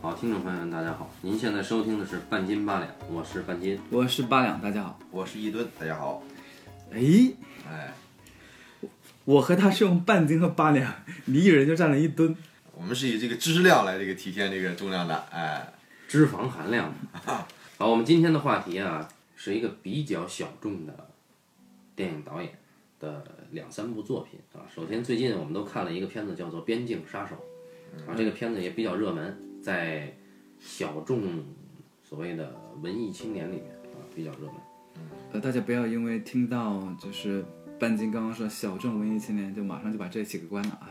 好，听众朋友们，大家好，您现在收听的是半斤八两，我是半斤。我是八两，大家好。我是一吨，大家好。哎，哎，我和他是用半斤和八两，你一人就占了一吨。我们是以这个知识量来这个体现这个重量的。哎，脂肪含 量。好，我们今天的话题啊，是一个比较小众的电影导演的两三部作品啊。首先，最近我们都看了一个片子，叫做《边境杀手》嗯啊，这个片子也比较热门，在小众所谓的文艺青年里面啊比较热门。呃，大家不要因为听到就是半斤刚刚说小众文艺青年，就马上就把这期给关了啊，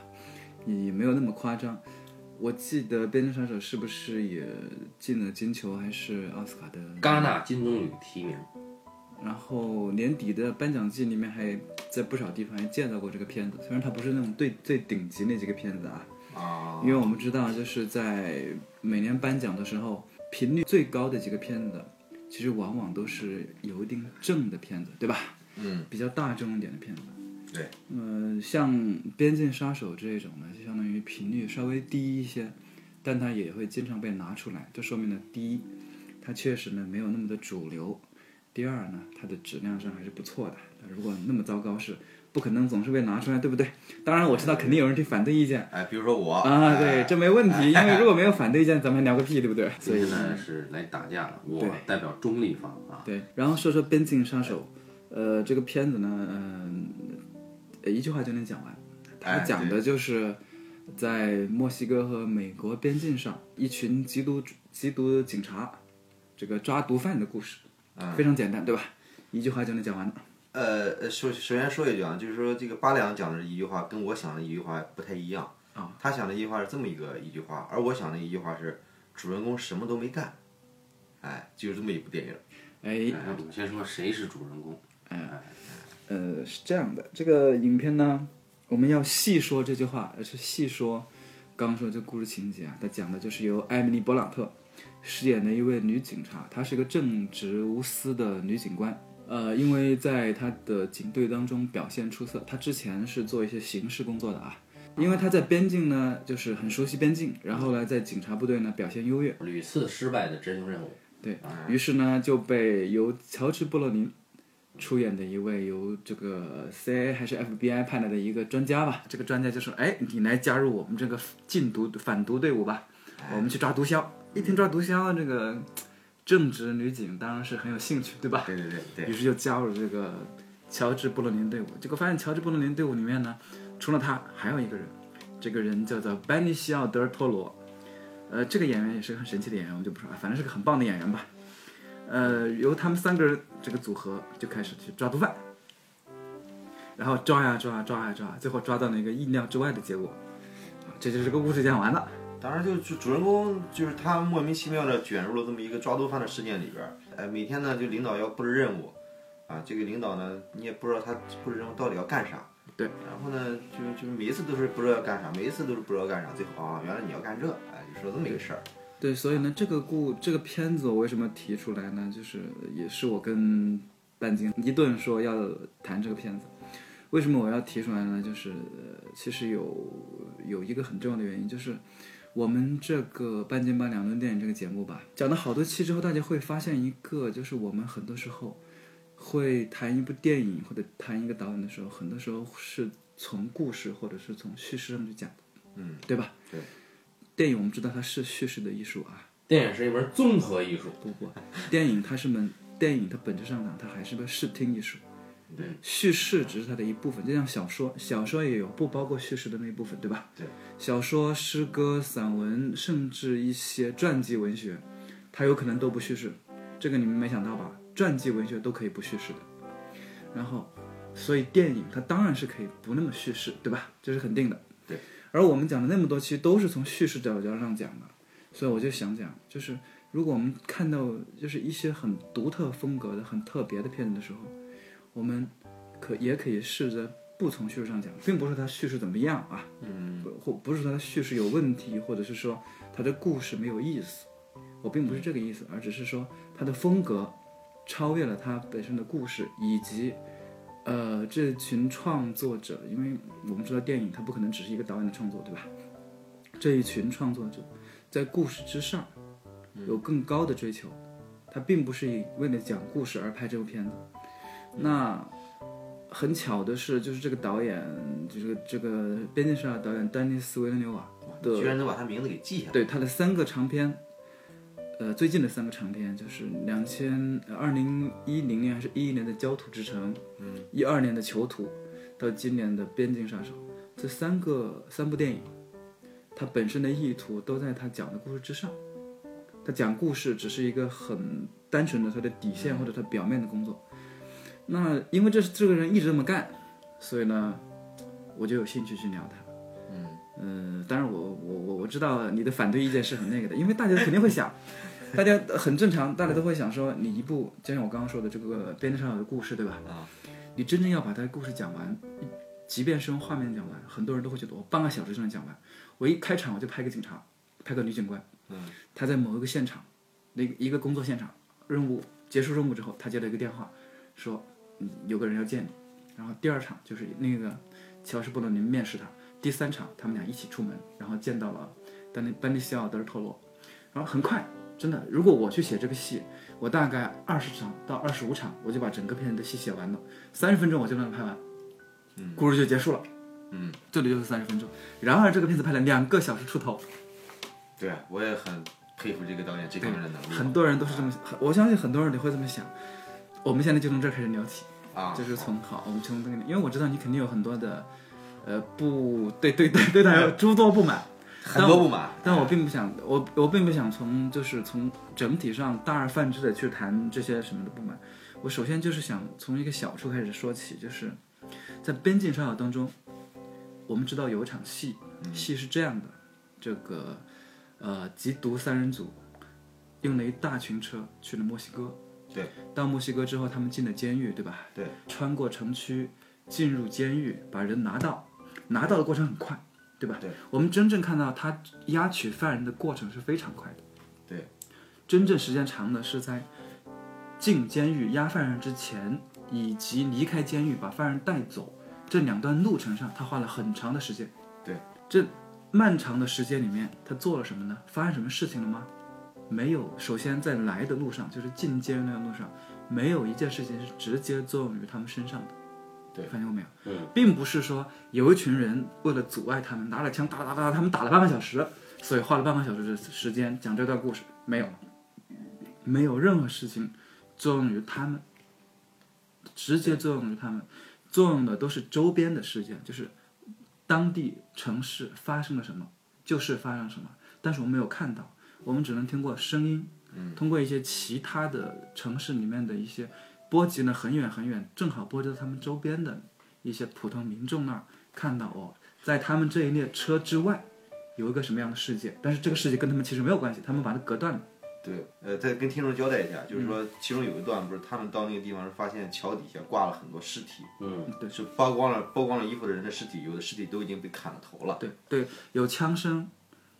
也没有那么夸张。我记得《边境杀手》是不是也进了金球还是奥斯卡的？戛纳金棕榈提名，然后年底的颁奖季里面还在不少地方还见到过这个片子，虽然它不是那种最最顶级那几个片子啊，啊因为我们知道，就是在每年颁奖的时候，频率最高的几个片子，其实往往都是有一定正的片子，对吧？嗯，比较大众一点的片子。对。呃，像《边境杀手》这种呢，就相当于频率稍微低一些，但它也会经常被拿出来，这说明了第一，它确实呢没有那么的主流；第二呢，它的质量上还是不错的。如果那么糟糕是不可能总是被拿出来，对不对？当然我知道肯定有人提反对意见，哎，比如说我啊，对，哎这没问 题，因为如果没有反对意见，咱们聊个屁，对不对？今天呢是来打架了，我对代表中立方啊。对，然后说说《边境杀手》，呃，这个片子呢，嗯、呃，一句话就能讲完。它哎讲的就是在墨西哥和美国边境上，一群缉毒缉毒警察这个抓毒贩的故事，非常简单，对吧？一句话就能讲完了。呃，呃首首先说一句啊，就是说这个八两讲的一句话跟我想的一句话不太一样啊。他想的一句话是这么一个一句话，而我想的一句话是主人公什么都没干。哎，就是这么一部电影。哎，哎，我们先说谁是主人公。呃，是这样的，这个影片呢，我们要细说这句话，呃而是细说刚刚说这故事情节啊，它讲的就是由艾米丽·勃朗特饰演的一位女警察，她是一个正直无私的女警官。呃，因为在她的警队当中表现出色，她之前是做一些刑事工作的啊。因为她在边境呢，就是很熟悉边境，然后呢，在警察部队呢表现优越，屡次失败的执行任务，对于是呢，就被由乔治·布洛宁出演的一位由这个 CIA 还是 FBI 派来的一个专家吧，这个专家就说：“哎，你来加入我们这个禁毒反毒队伍吧，我们去抓毒枭。”一听抓毒枭，这个正直女警当然是很有兴趣，对吧？对对对于对，是就加入了这个乔治·布洛宁队伍。结果发现乔治·布洛宁队伍里面呢，除了他还有一个人，这个人叫做班尼西奥·德尔托罗。呃，这个演员也是个很神奇的演员，我们就不说了，啊反正是个很棒的演员吧。呃，由他们三个人这个组合就开始去抓毒贩，然后抓呀抓呀抓呀抓呀，最后抓到了一个意料之外的结果。啊这就是这个故事讲完了。当然就就主人公就是他莫名其妙的卷入了这么一个抓毒贩的事件里边儿。哎，每天呢就领导要布置任务，啊，这个领导呢你也不知道他布置任务到底要干啥。对。然后呢，就就每一次都是不知道要干啥，每一次都是不知道干啥，最后啊，原来你要干这，哎，就说这么一个事儿。对，所以呢，这个故这个片子我为什么提出来呢？就是也是我跟半斤一顿说要谈这个片子，为什么我要提出来呢？就是呃其实有有一个很重要的原因，就是我们这个半斤八两论电影这个节目吧，讲了好多期之后，大家会发现一个，就是我们很多时候会谈一部电影或者谈一个导演的时候，很多时候是从故事或者是从叙事上去讲的，嗯，对吧？对。电影我们知道它是叙事的艺术啊，电影是一门综合艺术。不不，电影它是门，电影它本质上讲，它还是个视听艺术。对，叙事只是它的一部分，就像小说，小说也有不包括叙事的那一部分，对吧？对，小说、诗歌、散文，甚至一些传记文学，它有可能都不叙事，这个你们没想到吧？传记文学都可以不叙事的。然后，所以电影它当然是可以不那么叙事，对吧？这是肯定的。对。而我们讲的那么多期都是从叙事角度上讲的，所以我就想讲，就是如果我们看到就是一些很独特风格的、很特别的片子的时候，我们可也可以试着不从叙事上讲，并不是它叙事怎么样啊，嗯，或不是说它叙事有问题，啊或者是说它的故事没有意思，我并不是这个意思，而只是说它的风格超越了它本身的故事，以及呃这群创作者，因为我们知道电影它不可能只是一个导演的创作，对吧？这一群创作者在故事之上有更高的追求，他并不是以为了讲故事而拍这部片子。那很巧的是，就是这个导演，就是这个《边境杀》导演丹尼斯·维伦纽瓦的居然能把他名字给记啊下来。对他的三个长片，呃，最近的三个长片就是两千呃二零一零年还是一一年的《焦土之城》，嗯，一二年的《囚徒》，到今年的《边境杀手》，这三个三部电影，它本身的意图都在他讲的故事之上。他讲故事只是一个很单纯的他的底线或者他表面的工作。那因为这是这个人一直这么干，所以呢，我就有兴趣去聊他。嗯，当然我我我我知道你的反对意见是很那个的，因为大家肯定会想，大家很正常，大家都会想说，你一部就像我刚刚说的这个边境上的故事，对吧？啊，你真正要把它故事讲完，即便是用画面讲完，很多人都会觉得我半个小时就能讲完。我一开场我就拍个警察，拍个女警官，嗯，她在某一个现场，那个一个工作现场，任务结束任务之后，她接到一个电话，说嗯有个人要见你，然后第二场就是那个乔什·布鲁宁面试他，第三场他们俩一起出门，然后见到了丹尼班尼西奥德尔托罗，然后很快，真的，如果我去写这个戏，我大概二十场到二十五场，我就把整个片的戏写完了，三十分钟我就能拍完，嗯，故事就结束了，嗯，这里就是三十分钟。然而这个片子拍了两个小时出头，对啊，我也 很佩服这个导演这方面的 能力。很多人都是这么，很我相信很多人也会这么想。我们现在就从这儿开始聊起，啊，就是从好，我们从这个，因为我知道你肯定有很多的，呃，不对对对对他有诸多不满，很多不满，但我并不想，我我并不想从就是从整体上大而泛之的去谈这些什么的不满。我首先就是想从一个小处开始说起，就是在边境杀手当中，我们知道有一场戏，嗯戏是这样的，这个呃缉毒三人组用了一大群车去了墨西哥，对，到墨西哥之后他们进了监狱，对吧？对，穿过城区进入监狱，把人拿到，拿到的过程很快。对吧？对，我们真正看到他押取犯人的过程是非常快的。对，真正时间长的是在进监狱押犯人之前，以及离开监狱把犯人带走这两段路程上，他花了很长的时间。对，这漫长的时间里面，他做了什么呢？发生什么事情了吗？没有。首先，在来的路上，就是进监狱那段路上，没有一件事情是直接作用于他们身上的。对发现过没有？并不是说有一群人为了阻碍他们拿了枪打打打打，他们打了半个小时，所以花了半个小时的时间讲这段故事，没有，没有任何事情作用于他们，直接作用于他们，作用的都是周边的事件，就是当地城市发生了什么，就是发生什么，但是我们没有看到，我们只能通过声音，通过一些其他的城市里面的一些波及呢很远很远，正好波及到他们周边的一些普通民众那儿，看到哦，在他们这一列车之外有一个什么样的世界，但是这个世界跟他们其实没有关系，他们把它隔断了。对，呃，再跟听众交代一下，嗯就是说，其中有一段不是他们到那个地方是发现桥底下挂了很多尸体，嗯，对是扒光了剥光了衣服的人的尸体，有的尸体都已经被砍了头了，对对，有枪声，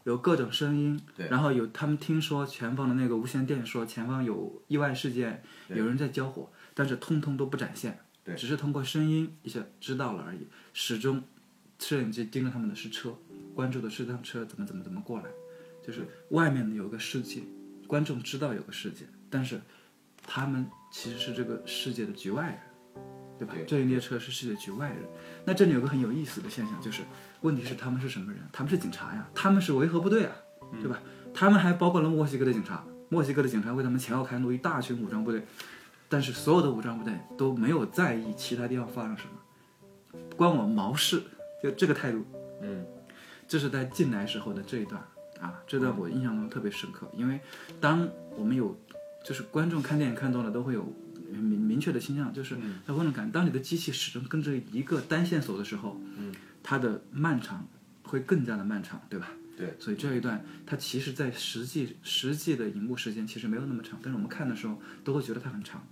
有各种声音，对然后有他们听说前方的那个无线电说前方有意外事件，有人在交火，但是通通都不展现，对只是通过声音一下知道了而已。始终摄影机盯着他们的是车，关注的是辆车怎么怎么怎么过来，就是外面有个世界，观众知道有个世界，但是他们其实是这个世界的局外人。对吧？对这一列车是世界局外人。那这里有个很有意思的现象，就是问题是他们是什么人？他们是警察呀，他们是维和部队啊，对吧？他们还包括了墨西哥的警察，墨西哥的警察为他们前后开路一大群武装部队，但是所有的武装部队都没有在意其他地方发生什么，关我毛事，就这个态度。嗯，这是在近来时候的这一段啊，这段我印象中特别深刻，因为当我们有就是观众看电影看多了都会有明明确的倾向，就是嗯在观众感，当你的机器始终跟着一个单线索的时候，嗯，它的漫长会更加的漫长，对吧？对，所以这一段它其实，在实际实际的荧幕时间其实没有那么长，但是我们看的时候都会觉得它很长。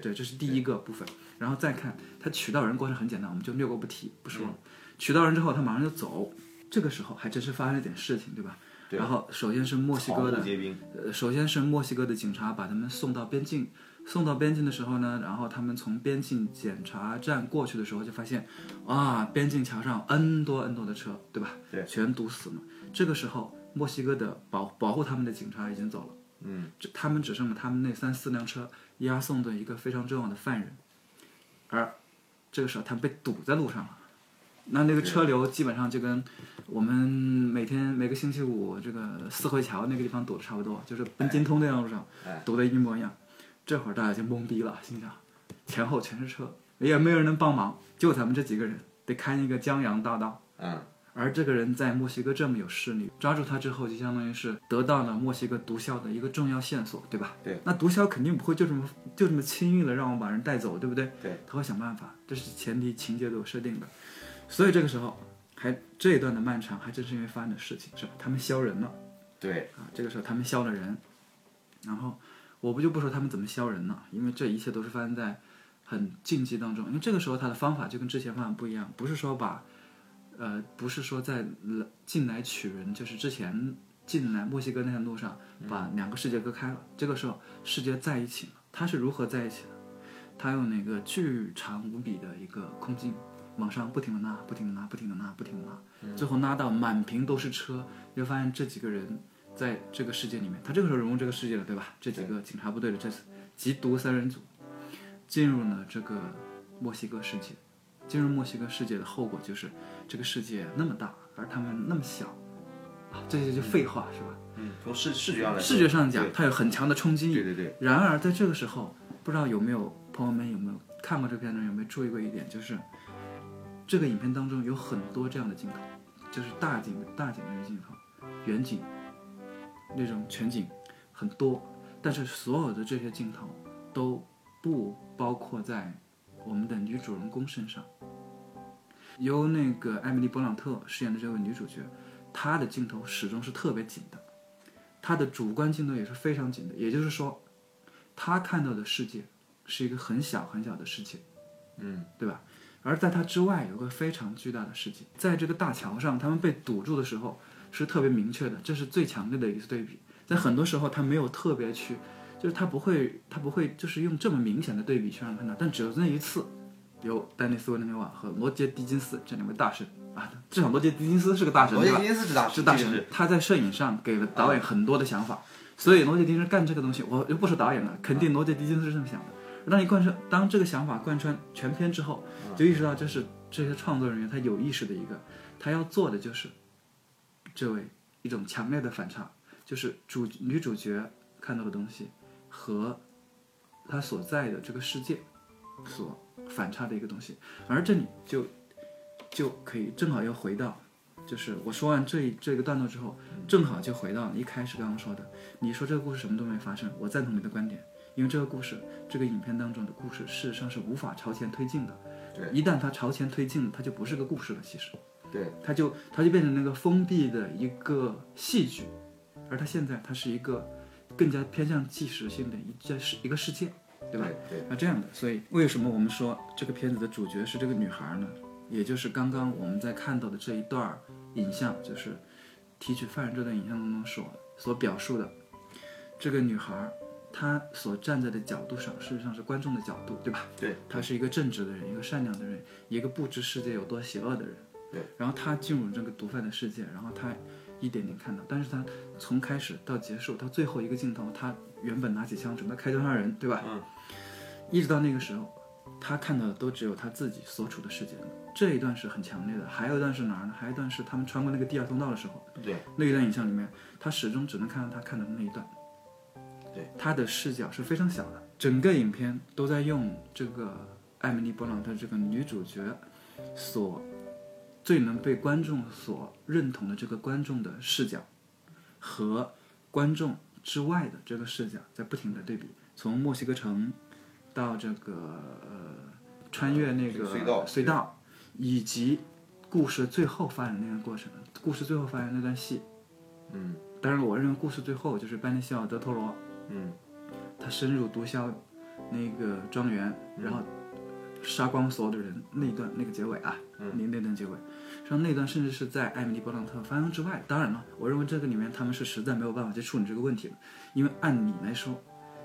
对这是第一个部分，然后再看它取到人过程很简单，我们就略过不提，不嗯说了。取到人之后，他马上就走，这个时候还真是发生了点事情，对吧？对然后首先是墨西毫哥无的，结冰，呃，首先是墨西哥的警察把他们送到边境，送到边境的时候呢，然后他们从边境检查站过去的时候，就发现，啊，边境桥上 N 多 N 多的车，对吧？对全堵死了。这个时候，墨西哥的保保护他们的警察已经走了，嗯，只他们只剩了他们那三四辆车押送着一个非常重要的犯人，而这个时候他们被堵在路上了。那那个车流基本上就跟我们每天每个星期五这个四惠桥那个地方堵的差不多，就是奔金通那条路上哎堵的一模一样。这会儿大家已经懵逼了，心想前后全是车，也没有人能帮忙，就咱们这几个人得开一个江洋大道。嗯，而这个人在墨西哥这么有势力，抓住他之后，就相当于是得到了墨西哥毒枭的一个重要线索，对吧？对。那毒枭肯定不会就这么就这么轻易的让我把人带走，对不对？对。他会想办法，这是前提情节都有设定的。所以这个时候，还这一段的漫长，还正是因为发生的事情，是吧？他们削人了对，啊，这个时候他们削了人，然后我不就不说他们怎么削人了，因为这一切都是发生在很禁忌当中。因为这个时候他的方法就跟之前方法不一样，不是说把，呃，不是说在来进来取人，就是之前进来墨西哥那条路上把两个世界割开了，这个时候世界在一起了。他是如何在一起的？他用那个巨长无比的一个空镜往上不停的拉，不停的拉，不停的拉，不停的嗯拉，最后拉到满屏都是车，你会发现这几个人在这个世界里面，他这个时候融入这个世界了，对吧？这几个警察部队的这次缉毒三人组进入了这个墨西哥世界。进入墨西哥世界的后果就是，这个世界那么大，而他们那么小，啊，这些就废话是吧？嗯，从视视觉上来说，视觉上讲对，它有很强的冲击力对对对，然而在这个时候，不知道有没有朋友们有没有看过这个片段，有没有注意过一点，就是这个影片当中有很多这样的镜头，就是大景大景那个镜头，远景那种全景很多，但是所有的这些镜头都不包括在我们的女主人公身上。由那个艾米丽·勃朗特饰演的这位女主角，她的镜头始终是特别紧的，她的主观镜头也是非常紧的。也就是说，他看到的世界是一个很小很小的世界，嗯，对吧？而在他之外有个非常巨大的世界，在这个大桥上，他们被堵住的时候是特别明确的，这是最强烈的一次对比。在很多时候，他没有特别去，就是他不会，他不会就是用这么明显的对比去让人看到，但只有那一次，由丹尼斯·维伦纽瓦和罗杰·狄金斯这两位大神啊，至少罗杰·狄金斯是个大神，罗对杰吧？ ·金斯是大师，是大这个神是，他在摄影上给了导演很多的想法，所以罗杰·狄金斯干这个东西，我就不说导演了，肯啊定罗杰·狄金斯是这么想的。当你贯穿，当这个想法贯穿全片之后，啊就意识到这是这些创作人员他有意识的一个，他要做的就是这位一种强烈的反差，就是主女主角看到的东西和她所在的这个世界所反差的一个东西，而这里就就可以正好又回到就是我说完这一这个段落之后，正好就回到一开始刚刚说的，你说这个故事什么都没发生，我赞同你的观点，因为这个故事，这个影片当中的故事事实上是无法朝前推进的。对，一旦它朝前推进了，它就不是个故事了，其实对，它就它就变成那个封闭的一个戏剧，而它现在它是一个更加偏向纪实性的一件事一个世界，对吧？对，那这样的，所以为什么我们说这个片子的主角是这个女孩呢？也就是刚刚我们在看到的这一段儿影像，就是提取犯人这段影像当中所所表述的，这个女孩儿她所站在的角度上，事实上是观众的角度，对吧？对，她是一个正直的人，一个善良的人，一个不知世界有多邪恶的人。对，然后她进入这个毒贩的世界，然后她一点点看到，但是她从开始到结束到最后一个镜头，她原本拿起枪准备开枪杀人，对吧？嗯，一直到那个时候，她看到的都只有她自己所处的世界。这一段是很强烈的，还有一段是哪儿呢？还有一段是他们穿过那个地下通道的时候，对，那一段影像里面，她始终只能看到她看到的那一段。对，她的视角是非常小的，整个影片都在用这个艾米丽·勃朗特这个女主角所最能被观众所认同的这个观众的视角和观众之外的这个视角在不停的对比，从墨西哥城到这个呃穿越那个隧道隧道，以及故事最后发展那个过程，故事最后发展那段戏。嗯当然，我认为故事最后就是班尼西奥·德托罗嗯，他深入毒枭那个庄园，嗯然后杀光所有的人那一段那个结尾啊，嗯那那段结尾，实际上那段甚至是在艾米丽·勃朗特发生之外。当然了，我认为这个里面他们是实在没有办法去处理这个问题的，因为按理来说，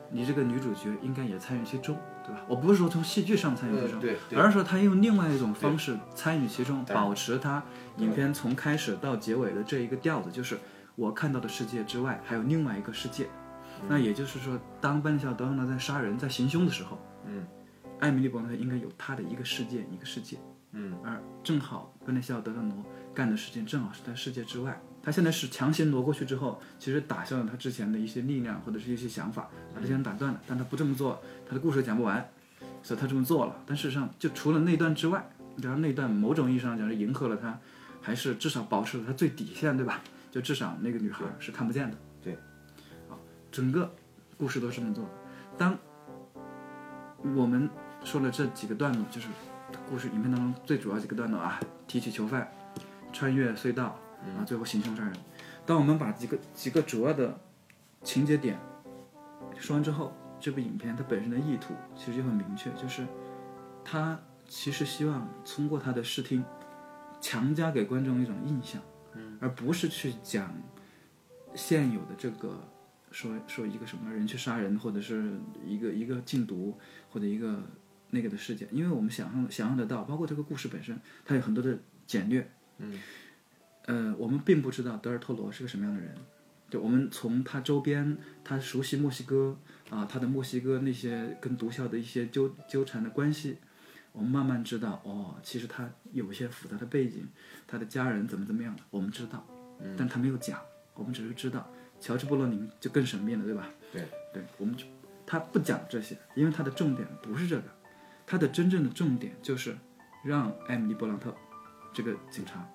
你这个女主角应该也参与其中，对吧？我不是说从戏剧上参与其中，嗯对对而是说她用另外一种方式参与其中，保持她影片从开始到结尾的这一个调子，就是我看到的世界之外还有另外一个世界。嗯那也就是说，当班尼小德呢在杀人、在行凶的时候，嗯，艾米丽·伯特应该有她的一个世界，一个世界。嗯，而正好本内西奥德勒罗干的事情正好是在世界之外。他现在是强行挪过去之后，其实打消了他之前的一些力量或者是一些想法，把这些人打断了。但他不这么做，他的故事讲不完，所以他这么做了。但事实上，就除了那段之外，然后那段某种意义上讲是迎合了他，还是至少保持了他最底线，对吧？就至少那个女孩是看不见的。对，好，整个故事都是这么做的。当我们说了这几个段落，就是故事影片当中最主要几个段落啊，提取囚犯，穿越隧道，啊，最后行凶杀人。当我们把几个几个主要的情节点说完之后，这部影片它本身的意图其实就很明确，就是它其实希望通过它的视听，强加给观众一种印象，而不是去讲现有的这个。说说一个什么人去杀人，或者是一个一个禁毒，或者一个那个的事件，因为我们想象想象得到，包括这个故事本身，它有很多的简略。嗯，呃，我们并不知道德尔托罗是个什么样的人，就我们从他周边，他熟悉墨西哥啊、他的墨西哥那些跟毒枭的一些纠纠缠的关系，我们慢慢知道，哦，其实他有一些复杂的背景，他的家人怎么怎么样的，我们知道，但他没有讲，我们只是知道。乔治·布洛宁就更神秘了，对吧？对，对，我们就他不讲这些，因为他的重点不是这个，他的真正的重点就是让艾米丽·勃朗特这个警察，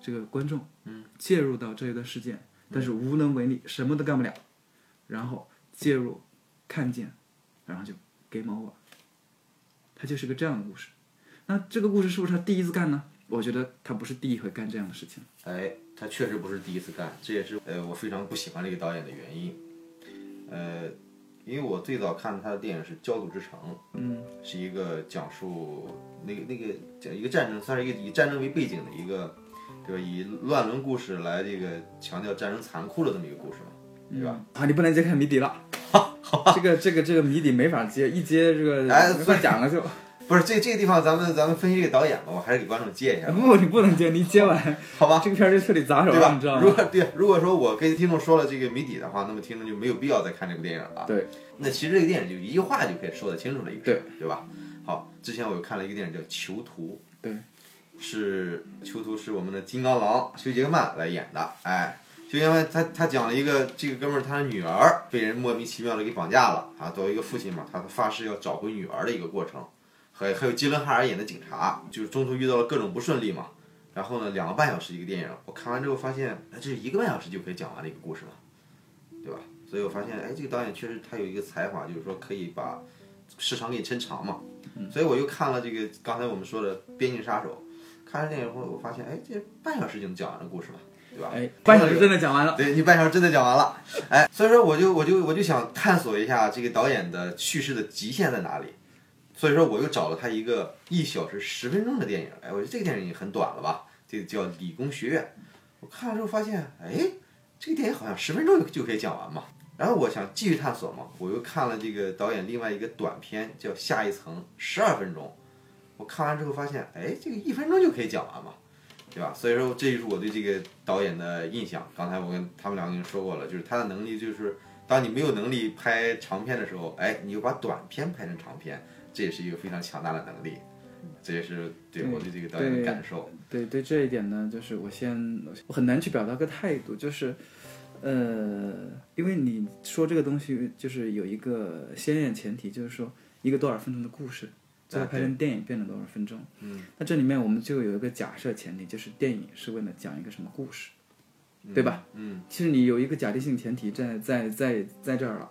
这个观众，嗯，介入到这一段事件，但嗯是无能为力，什么都干不了，然后介入，看见，然后就 game over，他就是个这样的故事。那这个故事是不是他第一次干呢？我觉得他不是第一回干这样的事情。哎，他确实不是第一次干，这也是呃我非常不喜欢这个导演的原因。呃，因为我最早看他的电影是《焦土之城》，嗯，是一个讲述那个那个讲一个战争，算是一个以战争为背景的一个，对吧？以乱伦故事来这个强调战争残酷的这么一个故事嘛，对吧？啊，你不能揭开谜底 了。这个这个这个谜底没法揭，一揭这个哎没法讲了就。不是这这个地方咱们咱们分析这个导演吧，我还是给观众介一下吧。 不，你不能揭，你揭完，好吧这个片儿就彻底砸手对了，吧你知道？如吗？果对，如果说我跟听众说了这个谜底的话，那么听众就没有必要再看这部电影了。对，那其实这个电影就一句话就可以说得清楚了，一个事儿对对吧？好，之前我有看了一个电影叫《囚徒》，对，是《囚徒》是我们的金刚狼休杰克曼来演的，哎。休杰克曼他他讲了一个这个哥们儿，他的女儿被人莫名其妙的给绑架了啊，作为一个父亲嘛，他发誓要找回女儿的一个过程，还还有基伦哈尔演的警察，就是中途遇到了各种不顺利嘛，然后呢，两个半小时一个电影，我看完之后发现，哎，这一个半小时就可以讲完了一个故事嘛，对吧？所以我发现，哎，这个导演确实他有一个才华，就是说可以把时长给你抻长嘛。嗯所以我又看了这个刚才我们说的《边境杀手》，看完电影后我发现，哎，这半小时就能讲完的故事嘛，对吧？哎，半小时真的讲完了。对你半小时真的讲完了，哎，所以说我就我就我就想探索一下这个导演的叙事的极限在哪里，所以说我又找了他一个一小时十分钟的电影，哎，我觉得这个电影已经很短了吧，这个叫《理工学院》，我看了之后发现，哎，这个电影好像十分钟就就可以讲完嘛，然后我想继续探索嘛，我又看了这个导演另外一个短片叫《下一层》，十二分钟，我看完之后发现，哎，这个一分钟就可以讲完嘛。对吧？所以说，这就是我对这个导演的印象。刚才我跟他们两个人说过了，就是他的能力就是，当你没有能力拍长片的时候，哎，你就把短片拍成长片，这也是一个非常强大的能力。这也是对对我对这个导演的对感受。对对，这一点呢，就是我先我很难去表达个态度，就是，呃，因为你说这个东西就是有一个先验前提，就是说一个多少分钟的故事，最后拍成电影变成多少分钟。啊嗯，那这里面我们就有一个假设前提，就是电影是为了讲一个什么故事，对吧？嗯，其实你有一个假定性前提在在在在这儿了，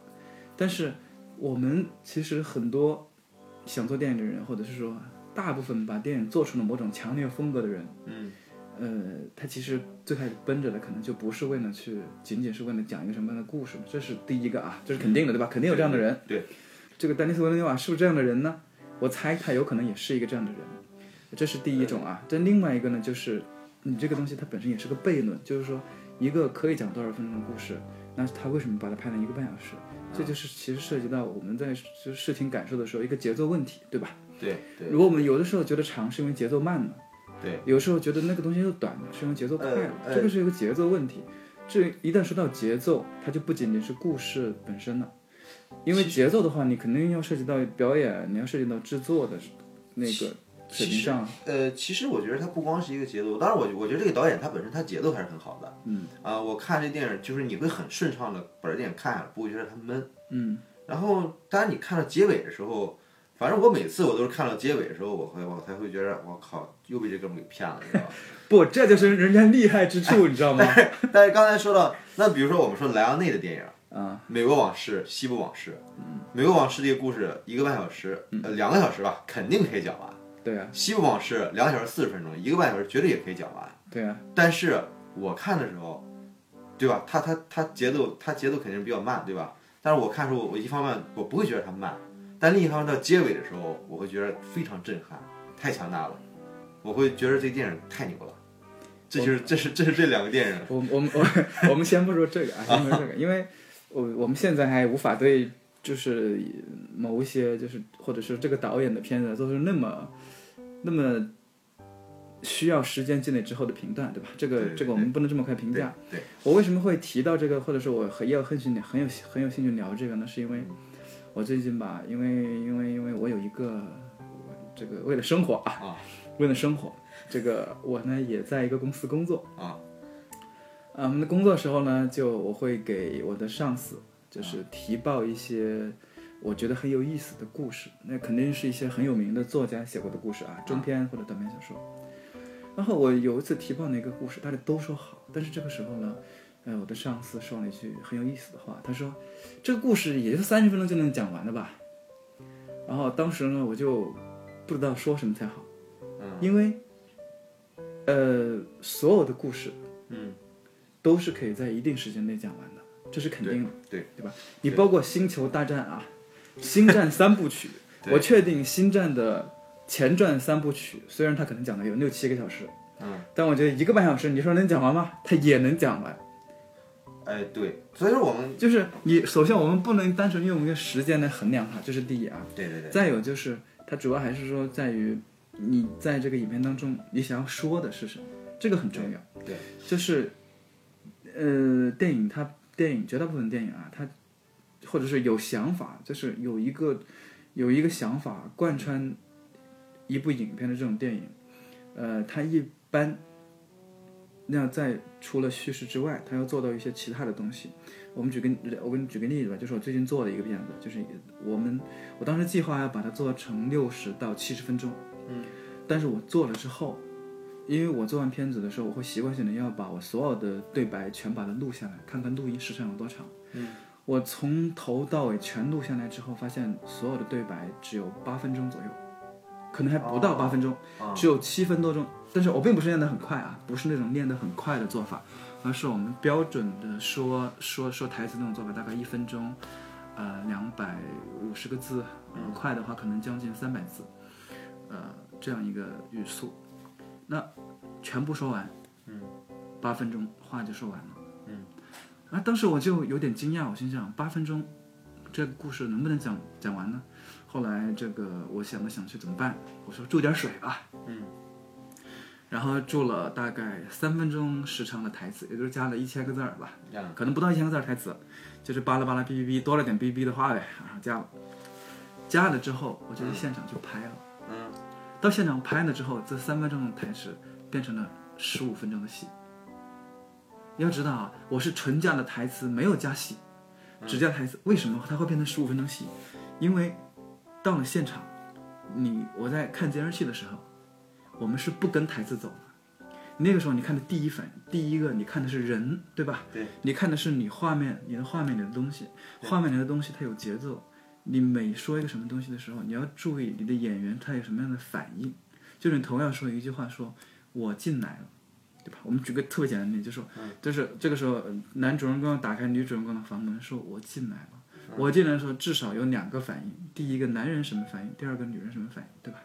但是我们其实很多想做电影的人，或者是说大部分把电影做成了某种强烈风格的人，嗯，呃，他其实最开始奔着的可能就不是为了去，仅仅是为了讲一个什么样的故事嘛，这是第一个啊，这是肯定的，对吧？肯定有这样的人。嗯对，这个丹尼斯·维伦纽瓦是不是这样的人呢？我猜他有可能也是一个这样的人，这是第一种呃啊。但另外一个呢，就是你这个东西它本身也是个悖论，就是说一个可以讲多少分钟的故事，那他为什么把它拍成一个半小时？这就是其实涉及到我们在就是视听感受的时候一个节奏问题，对吧？对对如果我们有的时候觉得长是因为节奏慢了，对，有时候觉得那个东西又短了，是因为节奏快了，呃呃这个是一个节奏问题。这一旦说到节奏，它就不仅仅是故事本身了，因为节奏的话，你肯定要涉及到表演，你要涉及到制作的那个水平上。呃，其实我觉得它不光是一个节奏，当然我我觉得这个导演他本身他节奏还是很好的。嗯啊、我看这电影就是你会很顺畅的把这电影看下来，不会觉得它闷。嗯，然后当然你看到结尾的时候，反正我每次我都是看到结尾的时候，我会我才会觉得我靠，又被这哥们给骗了，你知道吧？ 不，这就是人家厉害之处，你知道吗？但是刚才说到，那比如说我们说莱昂内的电影。啊，美国往事、西部往事，美国往事这个故事一个半小时，呃，两个小时吧，肯定可以讲完。 对啊，西部往事两个小时四十分钟，一个半小时绝对也可以讲完。对啊，但是我看的时候，对吧？他他他节奏他节奏肯定是比较慢，对吧？但是我看的时候，我一方面我不会觉得它慢，但另一方面到结尾的时候，我会觉得非常震撼，太强大了，我会觉得这电影太牛了。这就是这是这是这两个电影，我我们我 我们先不说这个啊，先不说这个，因为我我们现在还无法对就是某一些就是或者是这个导演的片子做出那么那么需要时间积累之后的评断，对吧？这对个对这个我们不能这么快评价。对我为什么会提到这个，或者是我很也有很兴趣很有很有兴趣聊这个呢？是因为我最近吧，因为因为因为我有一个我这个为了生活啊，为了生活，这个我呢也在一个公司工作啊。啊，我们的工作时候呢，就我会给我的上司嗯就是提报一些我觉得很有意思的故事，那肯定是一些很有名的作家写过的故事啊，中篇或者短篇小说。然后我有一次提报那个故事，大家都说好，但是这个时候呢，呃，我的上司说了一句很有意思的话，他说：“这个故事也就三十分钟就能讲完的吧。”然后当时呢，我就不知道说什么才好，嗯因为，呃，所有的故事，嗯，都是可以在一定时间内讲完的，这是肯定的。对对吧？你包括《星球大战》啊，《星战》三部曲，我确定《星战》的前传三部曲，虽然它可能讲的有六七个小时，嗯，但我觉得一个半小时，你说能讲完吗？它也能讲完。哎对，所以说我们就是你，首先我们不能单纯用一个时间来衡量它，这是第一啊。对对对再有就是，它主要还是说在于你在这个影片当中你想要说的是什么，这个很重要。对，就是，呃，电影它电影绝大部分电影啊，它或者是有想法，就是有一个有一个想法贯穿一部影片的这种电影，呃，它一般那在除了叙事之外，它要做到一些其他的东西。我们举个我给你举个例子吧，就是我最近做的一个片子，就是我们我当时计划要把它做成六十到七十分钟，嗯，但是我做了之后，因为我做完片子的时候，我会习惯性的要把我所有的对白全把它录下来，看看录音时长有多长。嗯，我从头到尾全录下来之后，发现所有的对白只有八分钟左右，可能还不到哦八分钟，啊只有七分多钟。但是我并不是练得很快啊，不是那种练得很快的做法，而是我们标准的说说说台词那种做法，大概一分钟，呃，两百五十个字，呃嗯快的话可能将近三百字，呃，这样一个语速，那全部说完，嗯，八分钟话就说完了，嗯，啊，当时我就有点惊讶，我心想八分钟，这个故事能不能讲讲完呢？后来这个我想了想去怎么办，我说注点水吧，嗯，然后注了大概三分钟时长的台词，也就是加了一千个字儿吧，嗯可能不到一千个字儿台词，就是巴拉巴拉哔哔哔，多了点哔哔的话呗，然后加了，加了之后，我就去现场去拍了，嗯到现场拍了之后，这三分钟的台词变成了十五分钟的戏。你要知道啊，我是纯加了台词，没有加戏，只加台词。为什么它会变成十五分钟戏？因为到了现场，你我在看监视器的时候，我们是不跟台词走的。那个时候你看的第一反应，第一个你看的是人，对吧？对。你看的是你画面，你的画面里的东西，画面里的东西它有节奏。你每说一个什么东西的时候，你要注意你的演员他有什么样的反应。就是你同样说一句话说，我进来了，对吧？我们举个特别简单的例子，就说，就是这个时候呃男主人公要打开女主人公的房门，说我进来了。我进来的时候至少有两个反应，第一个男人什么反应，第二个女人什么反应，对吧？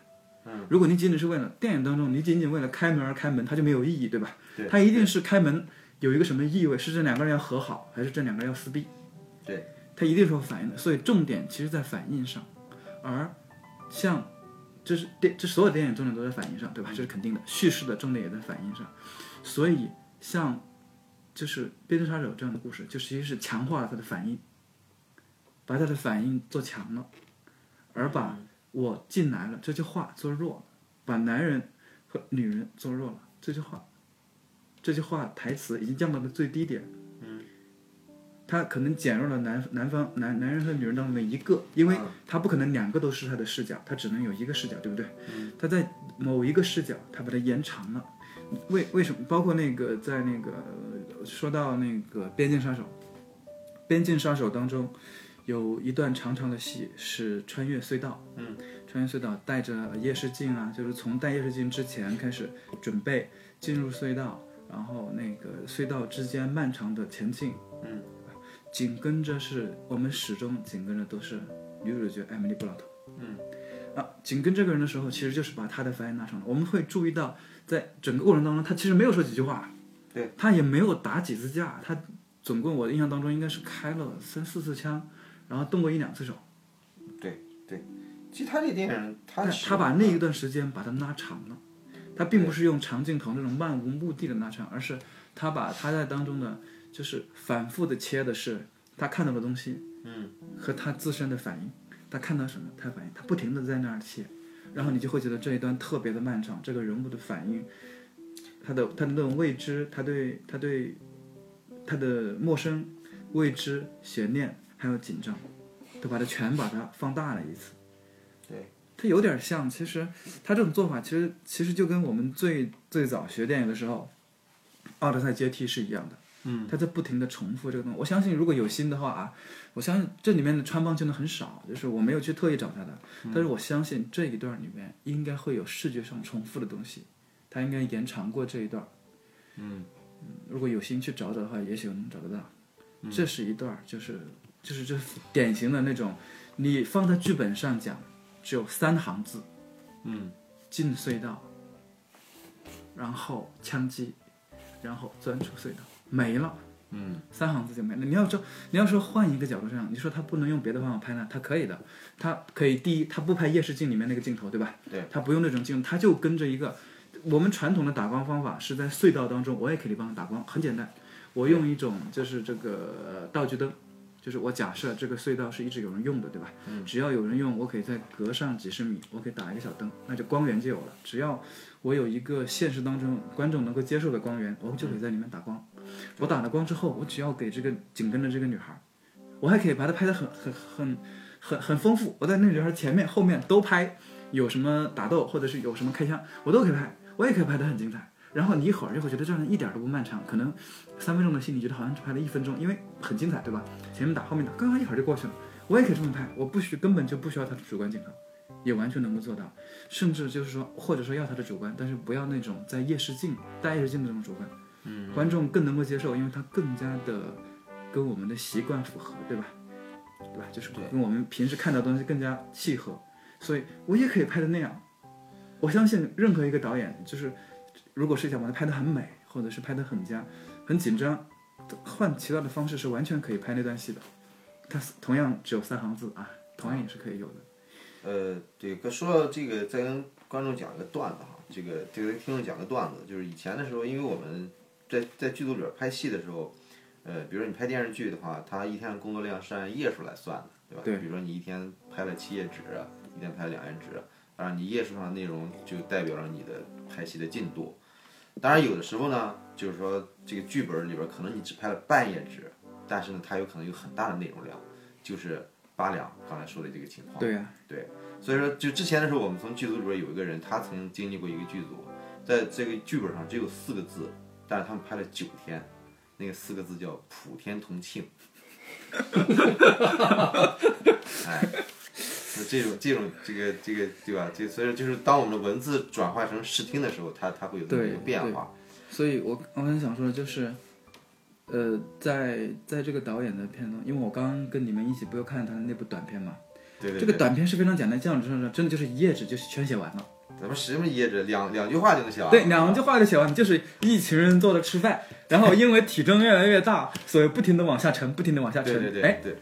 嗯，如果你仅仅是为了电影当中，你仅仅为了开门而开门，它就没有意义，对吧？对它一定是开门有一个什么意味，是这两个人要和好，还是这两个人要撕逼？对，它一定是有反应的，所以重点其实在反应上，而像这是电这所有电影重点都在反应上，对吧？这是肯定的，叙事的重点也在反应上，所以像就是《边境杀手》这样的故事，就其实是强化了他的反应，把他的反应做强了，而把我进来了这句话做弱了，把男人和女人做弱了这句话，这句话台词已经降到了最低点。他可能减弱了男男方男男人和女人当中的一个，因为他不可能两个都是他的视角，他只能有一个视角，对不对？他在某一个视角，他把它延长了。为为什么？包括那个在那个呃说到那个《边境杀手》，《边境杀手》当中有一段长长的戏是穿越隧道，嗯，穿越隧道带着夜视镜啊，就是从戴夜视镜之前开始准备进入隧道，然后那个隧道之间漫长的前进，嗯，紧跟着是我们始终紧跟着都是女主角艾米丽布朗特，嗯，啊，紧跟这个人的时候，其实就是把他的反应拉长了，我们会注意到。在整个过程当中，他其实没有说几句话，对他也没有打几次架，他总共我的印象当中应该是开了三四次枪，然后动过一两次手，对对，其实他这电影，他但是他把那一段时间把它拉长了，他并不是用长镜头那种漫无目的的拉长，而是他把他在当中的就是反复的切的是他看到的东西，嗯，和他自身的反应，他看到什么他反应，他不停的在那儿切，然后你就会觉得这一段特别的漫长，这个人物的反应，他的他的那种未知，他对他对他的陌生、未知、悬念还有紧张，都把它全把它放大了一次。它有点像，其实它这种做法，其实其实就跟我们最最早学电影的时候，《奥德赛阶梯》是一样的。嗯，它在不停的重复这个东西。我相信，如果有心的话啊，我相信这里面的穿帮真的很少，就是我没有去特意找它的，但是我相信这一段里面应该会有视觉上重复的东西，它应该延长过这一段。嗯，如果有心去找找的话，也许能找得到。这是一段，就是就是这典型的那种，你放在剧本上讲。只有三行字，嗯，进隧道，然后枪击，然后钻出隧道，没了，嗯，三行字就没了。你要说你要说换一个角度上，你说他不能用别的方法拍呢，他可以的，他可以第一，他不拍夜视镜里面那个镜头，对吧？对，他不用那种镜头，他就跟着一个我们传统的打光方法是在隧道当中，我也可以帮他打光，很简单，我用一种就是这个呃道具灯。就是我假设这个隧道是一直有人用的，对吧？只要有人用，我可以在隔上几十米，我可以打一个小灯，那就光源就有了。只要我有一个现实当中观众能够接受的光源，我就可以在里面打光。我打了光之后，我只要给这个紧跟着这个女孩儿，我还可以把她拍得很很很很很丰富。我在那女孩儿前面后面都拍，有什么打斗或者是有什么开枪，我都可以拍，我也可以拍得很精彩。然后你一会儿就会觉得这样一点儿都不漫长，可能三分钟的戏你觉得好像只拍了一分钟，因为很精彩，对吧？前面打后面打，刚刚一会儿就过去了。我也可以这么拍，我不需根本就不需要他的主观镜头，也完全能够做到。甚至就是说，或者说要他的主观，但是不要那种在夜视镜、带夜视镜的那种主观，嗯，观众更能够接受，因为他更加的跟我们的习惯符合，对吧？对吧？就是跟我们平时看到的东西更加契合，所以我也可以拍的那样。我相信任何一个导演，就是如果是想把它拍的很美，或者是拍的很佳、很紧张，换其他的方式是完全可以拍那段戏的。它同样只有三行字啊，同样也是可以有的。呃，对，哥说到这个，再跟观众讲个段子哈，这个这个听众讲个段子，就是以前的时候，因为我们在在剧组里边拍戏的时候，呃，比如说你拍电视剧的话，它一天的工作量是按页数来算的，对吧？对比如说你一天拍了七页纸，啊一天拍了两页纸，啊当然你页数上的内容就代表着你的拍戏的进度。当然，有的时候呢，就是说这个剧本里边可能你只拍了半页纸，但是呢，它有可能有很大的内容量，就是八两刚才说的这个情况。啊对呀、所以说，就之前的时候，我们从剧组里边有一个人，他曾经经历过一个剧组，在这个剧本上只有四个字，但是他们拍了九天，那个四个字叫“普天同庆”。 哎，就这种这种这个这个对吧？这所以说，就是当我们的文字转化成视听的时候，它它会有这么一对个变化。所以我我很想说的就是，呃，在在这个导演的片中，因为我刚刚跟你们一起不又看了他的那部短片嘛，对对这个短片是非常简单，这样真的真的就是一页纸就全写完了。咱们什么一页纸，两两句话就能写完。对，两句话就写完，就是一群人坐着吃饭，然后因为体重越来越大，所以不停的往下沉，不停的往下沉。对对对哎，对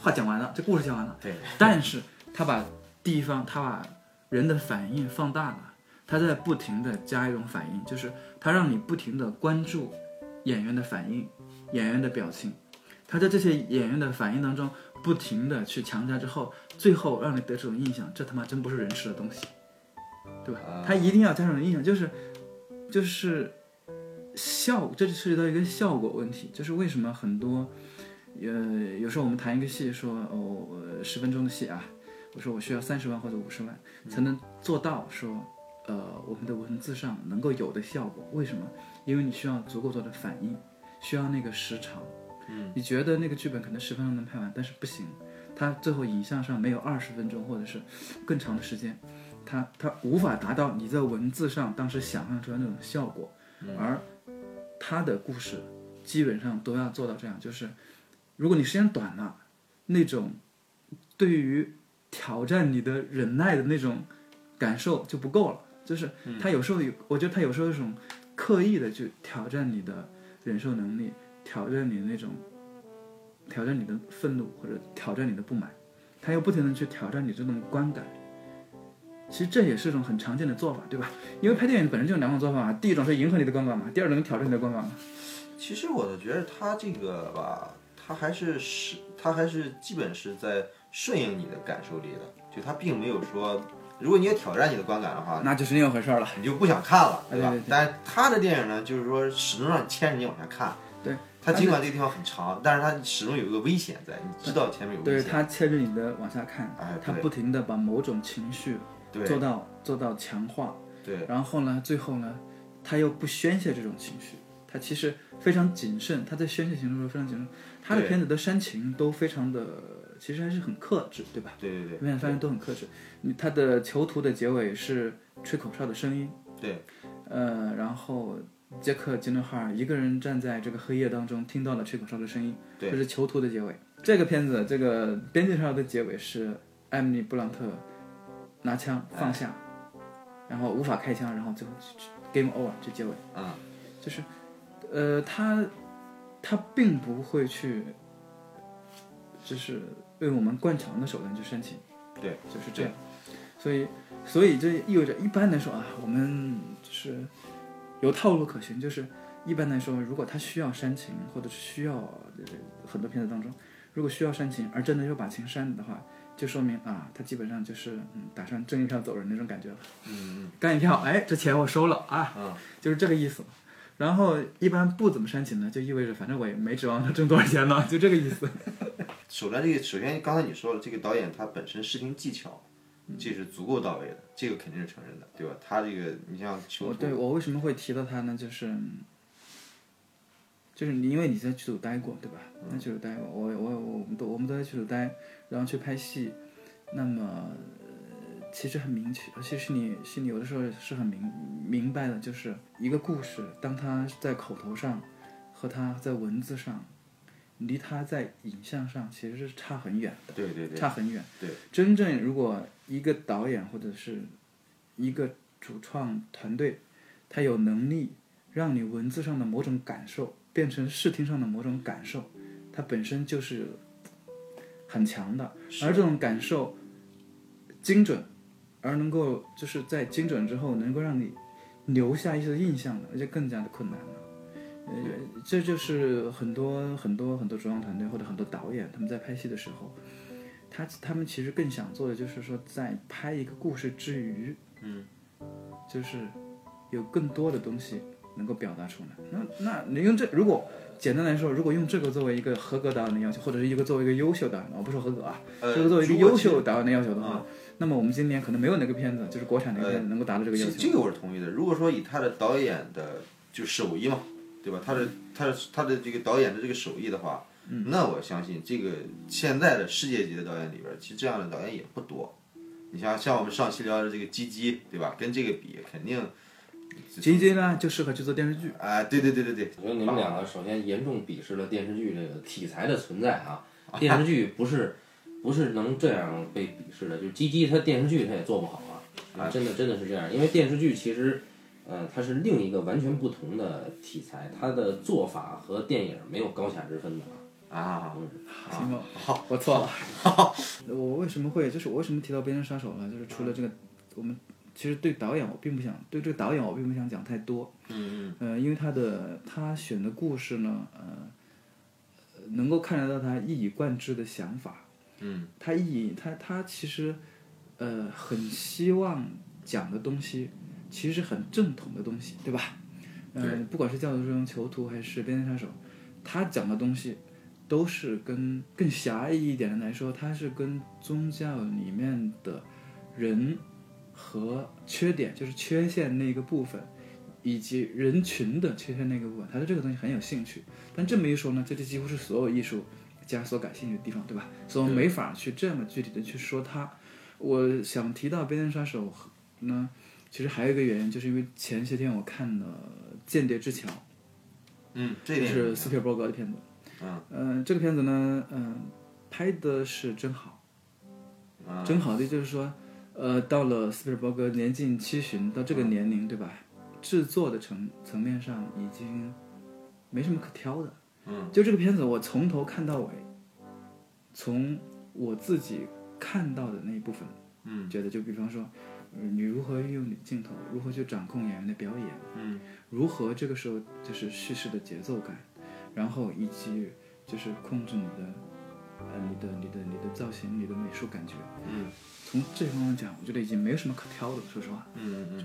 话讲完了，这故事讲完了。对但是他把地方，他把人的反应放大了，他在不停的加一种反应，就是他让你不停的关注演员的反应、演员的表情，他在这些演员的反应当中不停的去强加之后，最后让你得出种印象，这他妈真不是人吃的东西，对吧？啊他一定要加上种印象，就是就是效，这就涉及到一个效果问题，就是为什么很多。呃，有时候我们谈一个戏说，哦，十分钟的戏啊，我说我需要三十万或者五十万才能做到说，呃，我们的文字上能够有的效果。为什么？因为你需要足够多的反应，需要那个时长。嗯，你觉得那个剧本可能十分钟能拍完，但是不行，它最后影像上没有二十分钟或者是更长的时间，它它无法达到你在文字上当时想象出来那种效果。而它的故事基本上都要做到这样，就是如果你时间短了，那种对于挑战你的忍耐的那种感受就不够了。就是他有时候有，我觉得他有时候有一种刻意的去挑战你的忍受能力，挑战你的那种，挑战你的愤怒或者挑战你的不满，他又不停的去挑战你这种观感。其实这也是一种很常见的做法，对吧？因为拍电影本身就有两种做法嘛，第一种是迎合你的观感嘛，第二种是挑战你的观感嘛。其实我觉得他这个吧，他还是是，他还是基本是在顺应你的感受力的，就他并没有说，如果你也挑战你的观感的话，啊那就是另一回事儿了。你就不想看了，对吧？对对对但是他的电影呢，就是说始终让你牵着你往下看。对，他而且尽管这个地方很长，但是他始终有一个危险在，你知道前面有危对险。他牵着你的往下看哎，他对不停的把某种情绪对做到做到强化，对然后呢，最后呢，他又不宣泄这种情绪，他其实非常谨慎，他在宣泄情绪的时候非常谨慎，他的对片子的煽情都非常的，其实还是很克制，对吧？对对明显发现都很克制，你他的囚徒的结尾是吹口哨的声音，对呃，然后杰克·吉伦哈尔一个人站在这个黑夜当中，听到了吹口哨的声音，对这是囚徒的结尾。这个片子，这个边界上的结尾是艾米丽·布朗特拿枪放下，哎然后无法开枪，然后最后就就 game over 就结尾。嗯，就是，呃，他他并不会去，就是用我们惯常的手段去申请，对，就是这样。所以，所以这意味着，一般来说啊，我们就是有套路可循。就是一般来说，如果他需要煽情，或者是需要呃很多片子当中，如果需要煽情，而真的又把情煽了的话，就说明啊，他基本上就是嗯，打算挣一票走人那种感觉了。嗯嗯，干一票，哎，这钱我收了啊，嗯，就是这个意思。然后一般不怎么煽情呢，就意味着反正我也没指望他挣多少钱了，就这个意思。首先这个，首先刚才你说了，这个导演他本身视听技巧，这是足够到位的，这个肯定是承认的，对吧？他这个你像囚我徒对我为什么会提到他呢？就是，嗯就是你因为你在剧组待过，对吧？在剧组待过，我我我我们都我们都在剧组待，然后去拍戏，那么、呃其实很明确，其实你心里有的时候是很明明白的，就是一个故事，当他在口头上和他在文字上，离他在影像上其实是差很远的。对对对，差很远。对，真正如果一个导演或者是一个主创团队，他有能力让你文字上的某种感受变成视听上的某种感受，它本身就是很强的，而这种感受精准，而能够就是在精准之后能够让你留下一些印象的，而且更加的困难了。呃，这就是很多很多很多主创团队或者很多导演他们在拍戏的时候，他他们其实更想做的就是说，在拍一个故事之余，嗯，就是有更多的东西能够表达出来。那那你用这，如果简单来说，如果用这个作为一个合格导演的要求，或者是一个作为一个优秀导演的，我不说合格啊，呃，这个作为一个如果嗯优其实秀导演的要求的话，那么我们今年可能没有哪个片子，就是国产的片呃子能够达到这个要这求。这个我是同意的。如果说以他的导演的就手艺嘛，对吧？他的嗯他的他的这个导演的这个手艺的话，那我相信这个现在的世界级的导演里边儿，其实这样的导演也不多。你像像我们上期聊的这个基基，对吧？跟这个比，肯定金金呢就适合去做电视剧，啊、对对对对对，我觉得你们两个首先严重鄙视了电视剧这个题材的存在 啊！电视剧不是不是能这样被鄙视的，就是鸡鸡它电视剧它也做不好啊！啊，真的真的是这样，因为电视剧其实，呃，它是另一个完全不同的题材，它的做法和电影没有高下之分的啊。啊，行吗？好，我 错了。我为什么会就是我为什么提到《边缘杀手》了？就是除了这个我们其实对导演我并不想对这个导演我并不想讲太多，嗯呃，因为他的他选的故事呢，呃，能够看得到他一以贯之的想法，嗯他以他他其实，呃，很希望讲的东西，其实是很正统的东西，对吧？嗯、对不管是《教徒之城》《囚徒》还是《边境杀手》，他讲的东西都是跟更狭义一点的来说，它是跟宗教里面的人和缺点，就是缺陷那个部分，以及人群的缺陷那个部分，他对这个东西很有兴趣。但这么一说呢，这就几乎是所有艺术家所感兴趣的地方，对吧？所以我没法去这么具体的去说它。我想提到《边缘杀手》呢，其实还有一个原因，就是因为前些天我看了《间谍之桥》，嗯，这就点是斯皮尔伯格的片子。嗯嗯、这个片子呢，嗯、拍的是真好。嗯真好的就是说，呃，到了斯皮尔伯格年近七旬，到这啊个年龄，对吧？制作的层层面上已经没什么可挑的。嗯，就这个片子，我从头看到尾，从我自己看到的那一部分，嗯觉得就比方说，呃你如何运用你的镜头，如何去掌控演员的表演，嗯，如何这个时候就是叙事的节奏感，然后以及就是控制你的，呃，你的你的你的造型，你的美术感觉，嗯从这方面讲，我觉得已经没有什么可挑的了。说实话，嗯嗯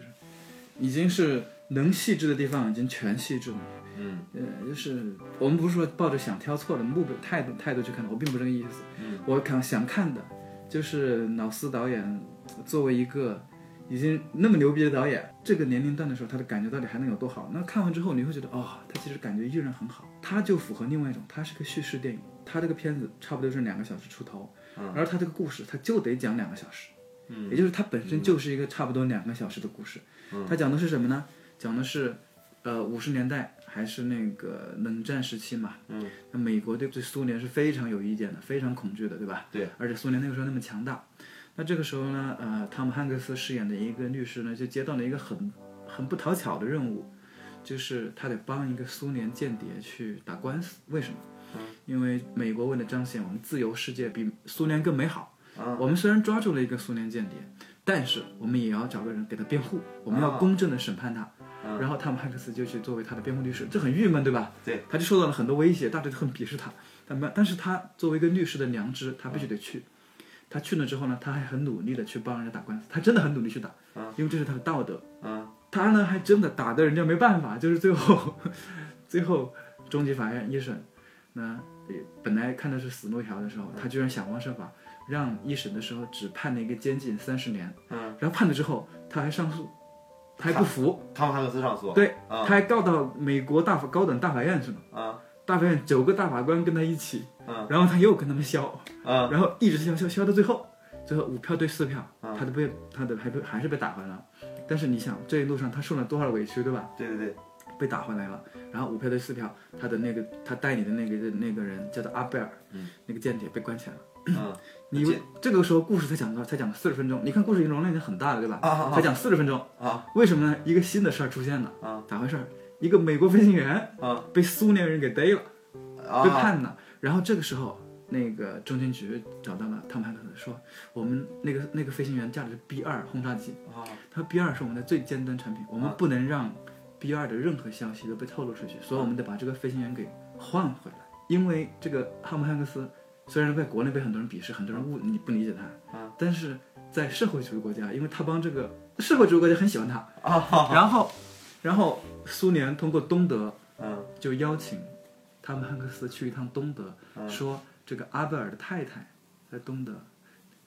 已经是能细致的地方已经全细致了。嗯呃，就是我们不是说抱着想挑错的目标态度态度去看的，我并不是这个意思。嗯我看想看的，就是老斯导演作为一个已经那么牛逼的导演，这个年龄段的时候，他的感觉到底还能有多好？那看完之后，你会觉得哦，他其实感觉依然很好，他就符合另外一种，他是个叙事电影，他这个片子差不多就是两个小时出头，而他这个故事他就得讲两个小时，嗯也就是他本身就是一个差不多两个小时的故事。他讲的是什么呢？讲的是，呃，五十年代还是那个冷战时期嘛，嗯，那美国对对苏联是非常有意见的，非常恐惧的，对吧？对，而且苏联那个时候那么强大，那这个时候呢，呃，汤姆汉克斯饰演的一个律师呢，就接到了一个很很不讨巧的任务，就是他得帮一个苏联间谍去打官司。为什么？因为美国为了彰显我们自由世界比苏联更美好，我们虽然抓住了一个苏联间谍，但是我们也要找个人给他辩护，我们要公正的审判他。然后汤姆汉克斯就去作为他的辩护律师，这很郁闷，对吧？对，他就受到了很多威胁，大家都很鄙视他。但没，但是他作为一个律师的良知，他必须得去。他去了之后呢，他还很努力的去帮人家打官司，他真的很努力去打，因为这是他的道德。嗯他呢还真的打得人家没办法，就是最后， 最后中级法院一审，那呃本来看的是死路一条的时候，他居然想方设法让一审的时候只判了一个监禁三十年，嗯，然后判了之后他还上诉，他还不服，汤姆汉克斯上诉，对，啊他还告到美国大法高等大法院去了，啊大法院九个大法官跟他一起，嗯然后他又跟他们削，啊然后一直削削削到最后，最后五票对四票，啊他都被他的还被还是被打回来了。但是你想，这一路上他受了多少委屈，对吧？对对对，被打回来了，然后五票对四票，他的那个他代理的那个那个人叫做阿贝尔，嗯，那个间谍被关起来了。嗯 你以为这个时候故事才讲到才讲四十分钟，你看故事容量已经很大了，对吧？啊啊啊才讲四十分钟，啊为什么呢？一个新的事儿出现了，啊，咋回事儿？一个美国飞行员啊被苏联人给逮了，啊，被判了。然后这个时候，那个中情局找到了汤姆汉克斯，说我们那个那个飞行员驾的是 B 二轰炸机，啊他说 B 二是我们的最尖端产品，我们不能让 B 二的任何消息都被透露出去，所以我们得把这个飞行员给换回来。因为这个汤姆汉克斯虽然在国内被很多人鄙视，很多人误你不理解他，嗯但是在社会主义国家，因为他帮这个社会主义国家很喜欢他，啊，然后，然后苏联通过东德嗯就邀请汤姆汉克斯去一趟东德，嗯说这个阿贝尔的太太在东德，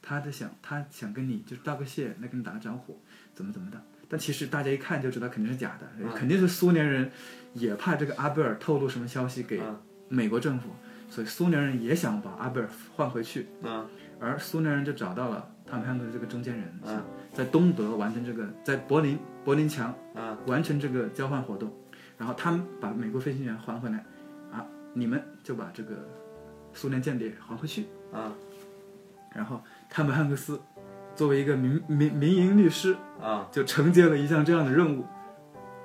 他的想他想跟你就是道个谢，来跟你打个招呼，怎么怎么的。但其实大家一看就知道肯定是假的，嗯肯定是苏联人也怕这个阿贝尔透露什么消息给嗯美国政府，所以苏联人也想把阿贝尔换回去，嗯而苏联人就找到了汤姆汉克斯这个中间人，想在东德完成这个，在柏林柏林墙嗯完成这个交换活动，然后他们把美国飞行员还回来，啊，你们就把这个苏联间谍还回去。嗯然后汤姆汉克斯作为一个民民民营律师，啊就承接了一项这样的任务。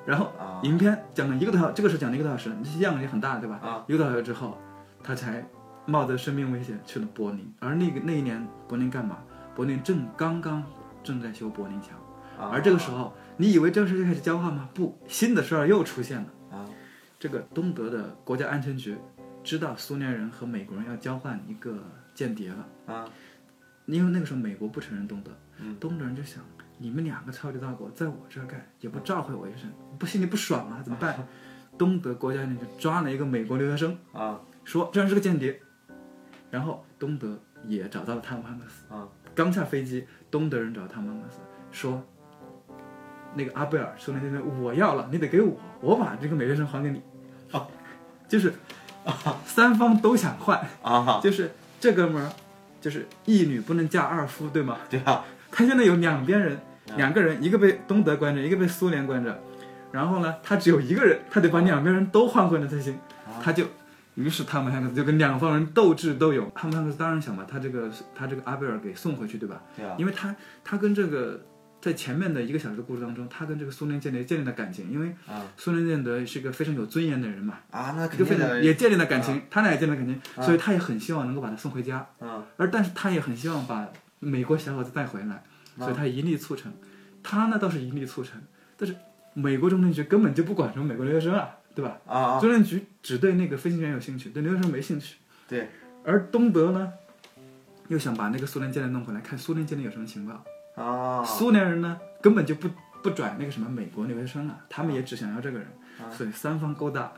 然后啊影片讲了一个多小，这个是讲了一个多小时，量也很大，对吧？啊，一个多小时之后，他才冒着生命危险去了柏林。而那个那一年柏林干嘛？柏林正刚刚正在修柏林墙，啊而这个时候，你以为正式开始交换吗？不，新的事儿又出现了。啊，这个东德的国家安全局知道苏联人和美国人要交换一个间谍了。啊，因为那个时候美国不承认东德，嗯东德人就想，你们两个臭流大狗在我这儿干，也不召回我一声，不心里不爽啊？怎么办？东德国家安全局抓了一个美国留学生，啊说这人是个间谍，然后东德也找到了汤姆汉克斯。啊，刚下飞机，东德人找汤姆汉克斯说，那个阿贝尔说那那那我要了，你得给我，我把这个美学生还给你。哦，就是、三方都想换，啊，就是这哥们儿，就是一女不能嫁二夫，对吗？对啊，他现在有两边人，嗯两个人，一个被东德关着，一个被苏联关着。然后呢，他只有一个人，他得把两边人都换回来才行。啊他就，于是他们汉克斯就跟两方人斗智斗勇。他们汉克斯当然想把他这个他这个阿贝尔给送回去，对吧？对啊，因为他他跟这个在前面的一个小时的故事当中，他跟这个苏联间谍建立了感情，因为啊苏联间谍是一个非常有尊严的人嘛，啊，那一肯个非定常的，也建立了感情，他俩也建立了感情，啊所以他也很希望能够把他送回家。嗯而但是他也很希望把美国小伙子带回来，所啊以他一力促成。他呢倒是一力促成，但是美国中情局根本就不管什么美国留学生啊，对吧？啊啊，中情局只对那个飞行员有兴趣，对留学生没兴趣。对，而东德呢，又想把那个苏联间谍弄回来，看苏联间谍有什么情报。啊，苏联人呢根本就不不转那个什么美国留学生啊，他们也只想要这个人，所以三方勾搭，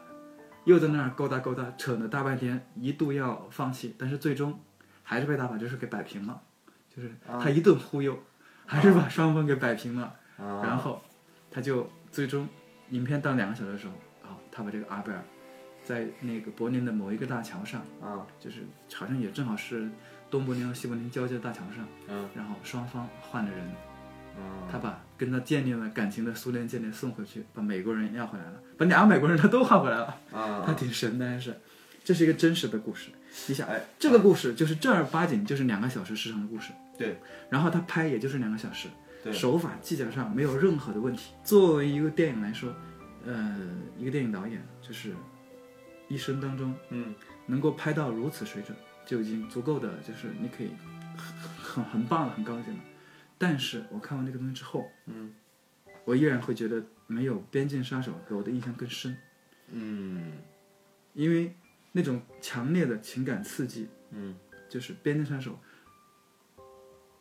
又在那儿勾搭勾搭，扯了大半天，一度要放弃，但是最终还是被大法就是给摆平了，就是他一顿忽悠，还是把双方给摆平了，啊然后他就最终影片到两个小时的时候，啊，他把这个阿贝尔在那个柏林的某一个大桥上，啊就是好像也正好是东柏林和西柏林交界的大桥上，嗯然后双方换了人。嗯他把跟他建立了感情的苏联间谍送回去，把美国人要回来了，把两个美国人他都换回来了，啊，他挺神的，还是。这是一个真实的故事，你想，哎这个故事就是正儿八经就是两个小时时长的故事，对，然后他拍也就是两个小时，对手法技巧上没有任何的问题。作为一个电影来说，呃，一个电影导演就是一生当中嗯能够拍到如此水准，就已经足够的，就是你可以很很很棒了，很高兴了。但是我看完这个东西之后，嗯我依然会觉得没有《边境杀手》给我的印象更深，嗯因为那种强烈的情感刺激，嗯就是《边境杀手》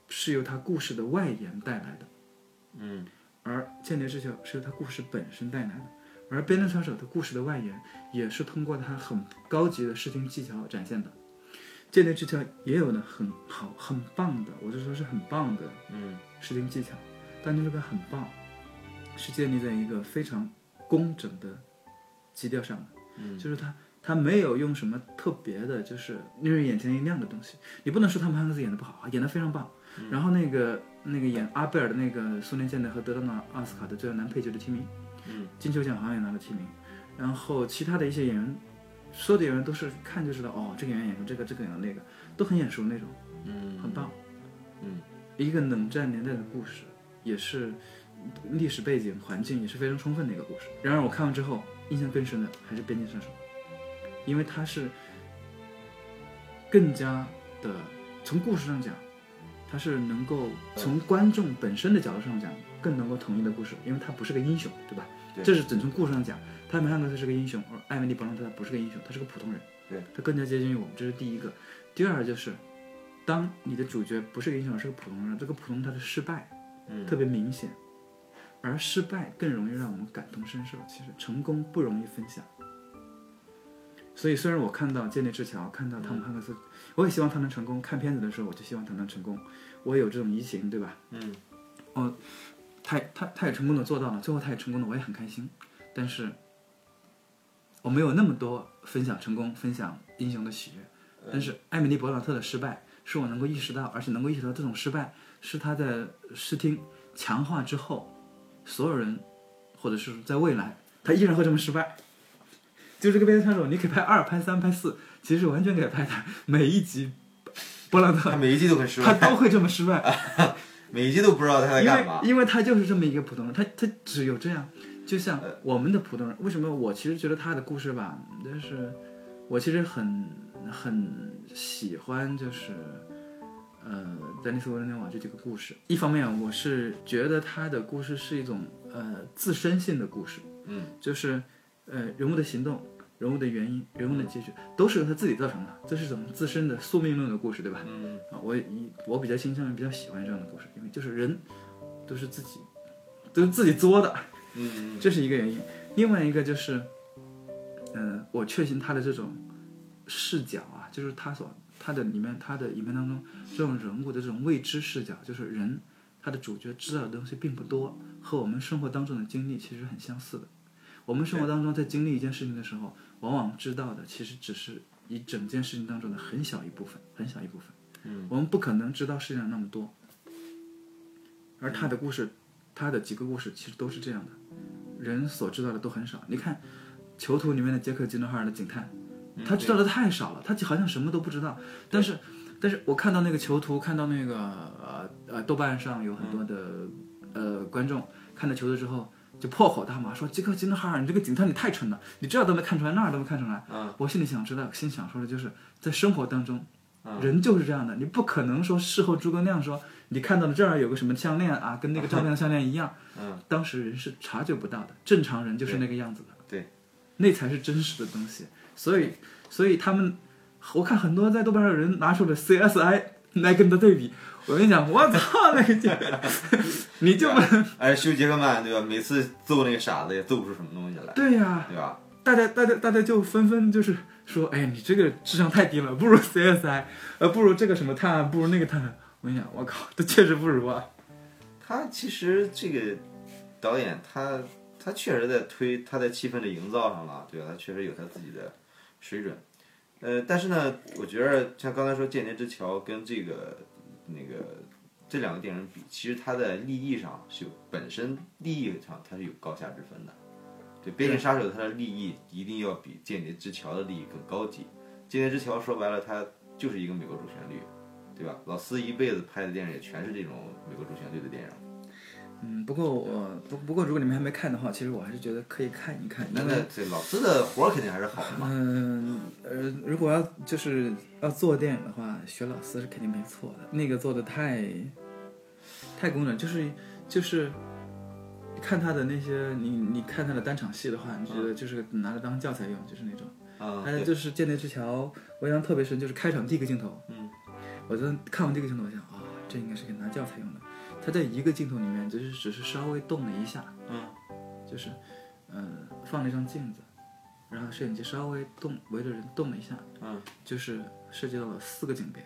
是由它故事的外延带来的，嗯而《间谍之桥》是由它故事本身带来的，而《边境杀手》的故事的外延也是通过它很高级的视听技巧展现的。《间谍之桥》也有呢很好、很棒的，我就说是很棒的嗯视听技巧，但是这个很棒，是建立在一个非常工整的基调上的，嗯就是他他没有用什么特别的，就是令人眼前一亮的东西。你不能说他们汉克斯演的不好，演的非常棒。嗯然后那个那个演阿贝尔的那个苏联间谍和得到了奥斯卡的最佳男配角的提名，嗯金球奖好像也拿了提名。然后其他的一些演员，所有的演员都是看就知道，哦，这个演员演过这个，这个演过那个，都很眼熟那种，嗯，很棒。嗯一个冷战年代的故事，也是历史背景环境也是非常充分的一个故事。然而我看完之后，印象更深的还是《边境杀手》，因为它是更加的从故事上讲，它是能够嗯从观众本身的角度上讲更能够统一的故事，因为它不是个英雄，对吧？对这是整从故事上讲，他梅汉克斯是个英雄，而艾米丽·布朗特不是个英雄，他是个普通人。对，他更加接近于我们，这是第一个。第二就是，当你的主角不是个英雄，而是个普通人，这个普通人他的失败嗯特别明显，而失败更容易让我们感同身受。其实成功不容易分享。所以，虽然我看到《建立之桥》，看到嗯汤姆汉克斯，我也希望他能成功。看片子的时候，我就希望他能成功，我也有这种移情，对吧？哦嗯他他他也成功的做到了，最后他也成功的，我也很开心。但是我没有那么多分享成功、分享英雄的喜悦。但是艾米丽·勃朗特的失败，是我能够意识到，而且能够意识到这种失败是他在视听强化之后，所有人或者是在未来，他依然会这么失败。就这个变形杀手，你可以拍二、拍三、拍四，其实完全可以拍他每一集，勃朗特他每一季都很失他败，都会这么失败。每一季都不知道他在因干为嘛。因为他就是这么一个普通人，他他只有这样，就像我们的普通人。为什么我其实觉得他的故事吧，但是我其实很很喜欢，就是呃，丹尼斯·维伦纽瓦这几个故事。一方面，我是觉得他的故事是一种呃自身性的故事，嗯，就是呃人物的行动、人物的原因、人物的结局都是由他自己造成的，这是一种自身的宿命论的故事，对吧？嗯，啊，我以我比较倾向于比较喜欢这样的故事，因为就是人都是自己都是自己作的，嗯，这是一个原因。另外一个就是，嗯、我确信他的这种视角啊，就是他所他的里面他的影片当中这种人物的这种未知视角，就是人他的主角知道的东西并不多，和我们生活当中的经历其实很相似的。我们生活当中在经历一件事情的时候，往往知道的其实只是一整件事情当中的很小一部分，很小一部分。嗯，我们不可能知道世界上那么多。而他的故事，他的几个故事其实都是这样的。人所知道的都很少。你看《囚徒》里面的杰克·吉伦哈尔的警探，他知道的太少了，他好像什么都不知道。但是，但是我看到那个《囚徒》，看到那个呃呃豆瓣上有很多的、呃观众看到《囚徒》之后就破口大骂，说杰克·吉伦哈尔，你这个警探你太蠢了，你这都没看出来，那儿都没看出来。我心里想知道，心想说的就是在生活当中。嗯人就是这样的，你不可能说事后诸葛亮说你看到了这儿有个什么项链啊，跟那个照片上项链一 样，嗯当时人是察觉不到的，正常人就是那个样子的，对，那才是真实的东西。所以，所以他们，我看很多在豆瓣上有人拿出了 CSI 来跟他对比，我跟你讲，我操那个 劲，你就对吧哎，休杰克曼对吧？每次揍那个傻子也揍不出什么东西来，对呀、对吧？大家大家大家就纷纷就是说，哎，你这个智商太低了，不如 CSI，呃，不如这个什么探案，不如那个探案。我跟你讲，我靠，这确实不如啊。他其实这个导演他他确实在推他在气氛的营造上了，对吧？他确实有他自己的水准。呃，但是呢，我觉得像刚才说《间谍之桥》跟这个那个这两个电影比，其实它的立意上是有本身立意上它是有高下之分的。对，《边境杀手》它的立意一定要比《间谍之桥》的立意更高级。《间谍之桥》说白了，它就是一个美国主旋律，对吧？老四一辈子拍的电影也全是这种美国主旋律的电影。嗯，不过我不不过如果你们还没看的话，其实我还是觉得可以看一看，那因那为这老资的活儿肯定还是好的嘛。 嗯呃，如果要就是要做电影的话，学老师是肯定没错的，那个做的太太工整，就是就是看他的那些你你看他的单场戏的话，你觉得就是拿来当教材用，就是那种。啊、还有就是《间谍之桥》，我印象特别深，就是开场第一个镜头，嗯，我真看完这个镜头，我想啊、这应该是给拿教材用的。他在一个镜头里面，就是只是稍微动了一下，嗯，就是，呃，放了一张镜子，然后摄影机稍微动，围着人动了一下，嗯，就是涉及到了四个景别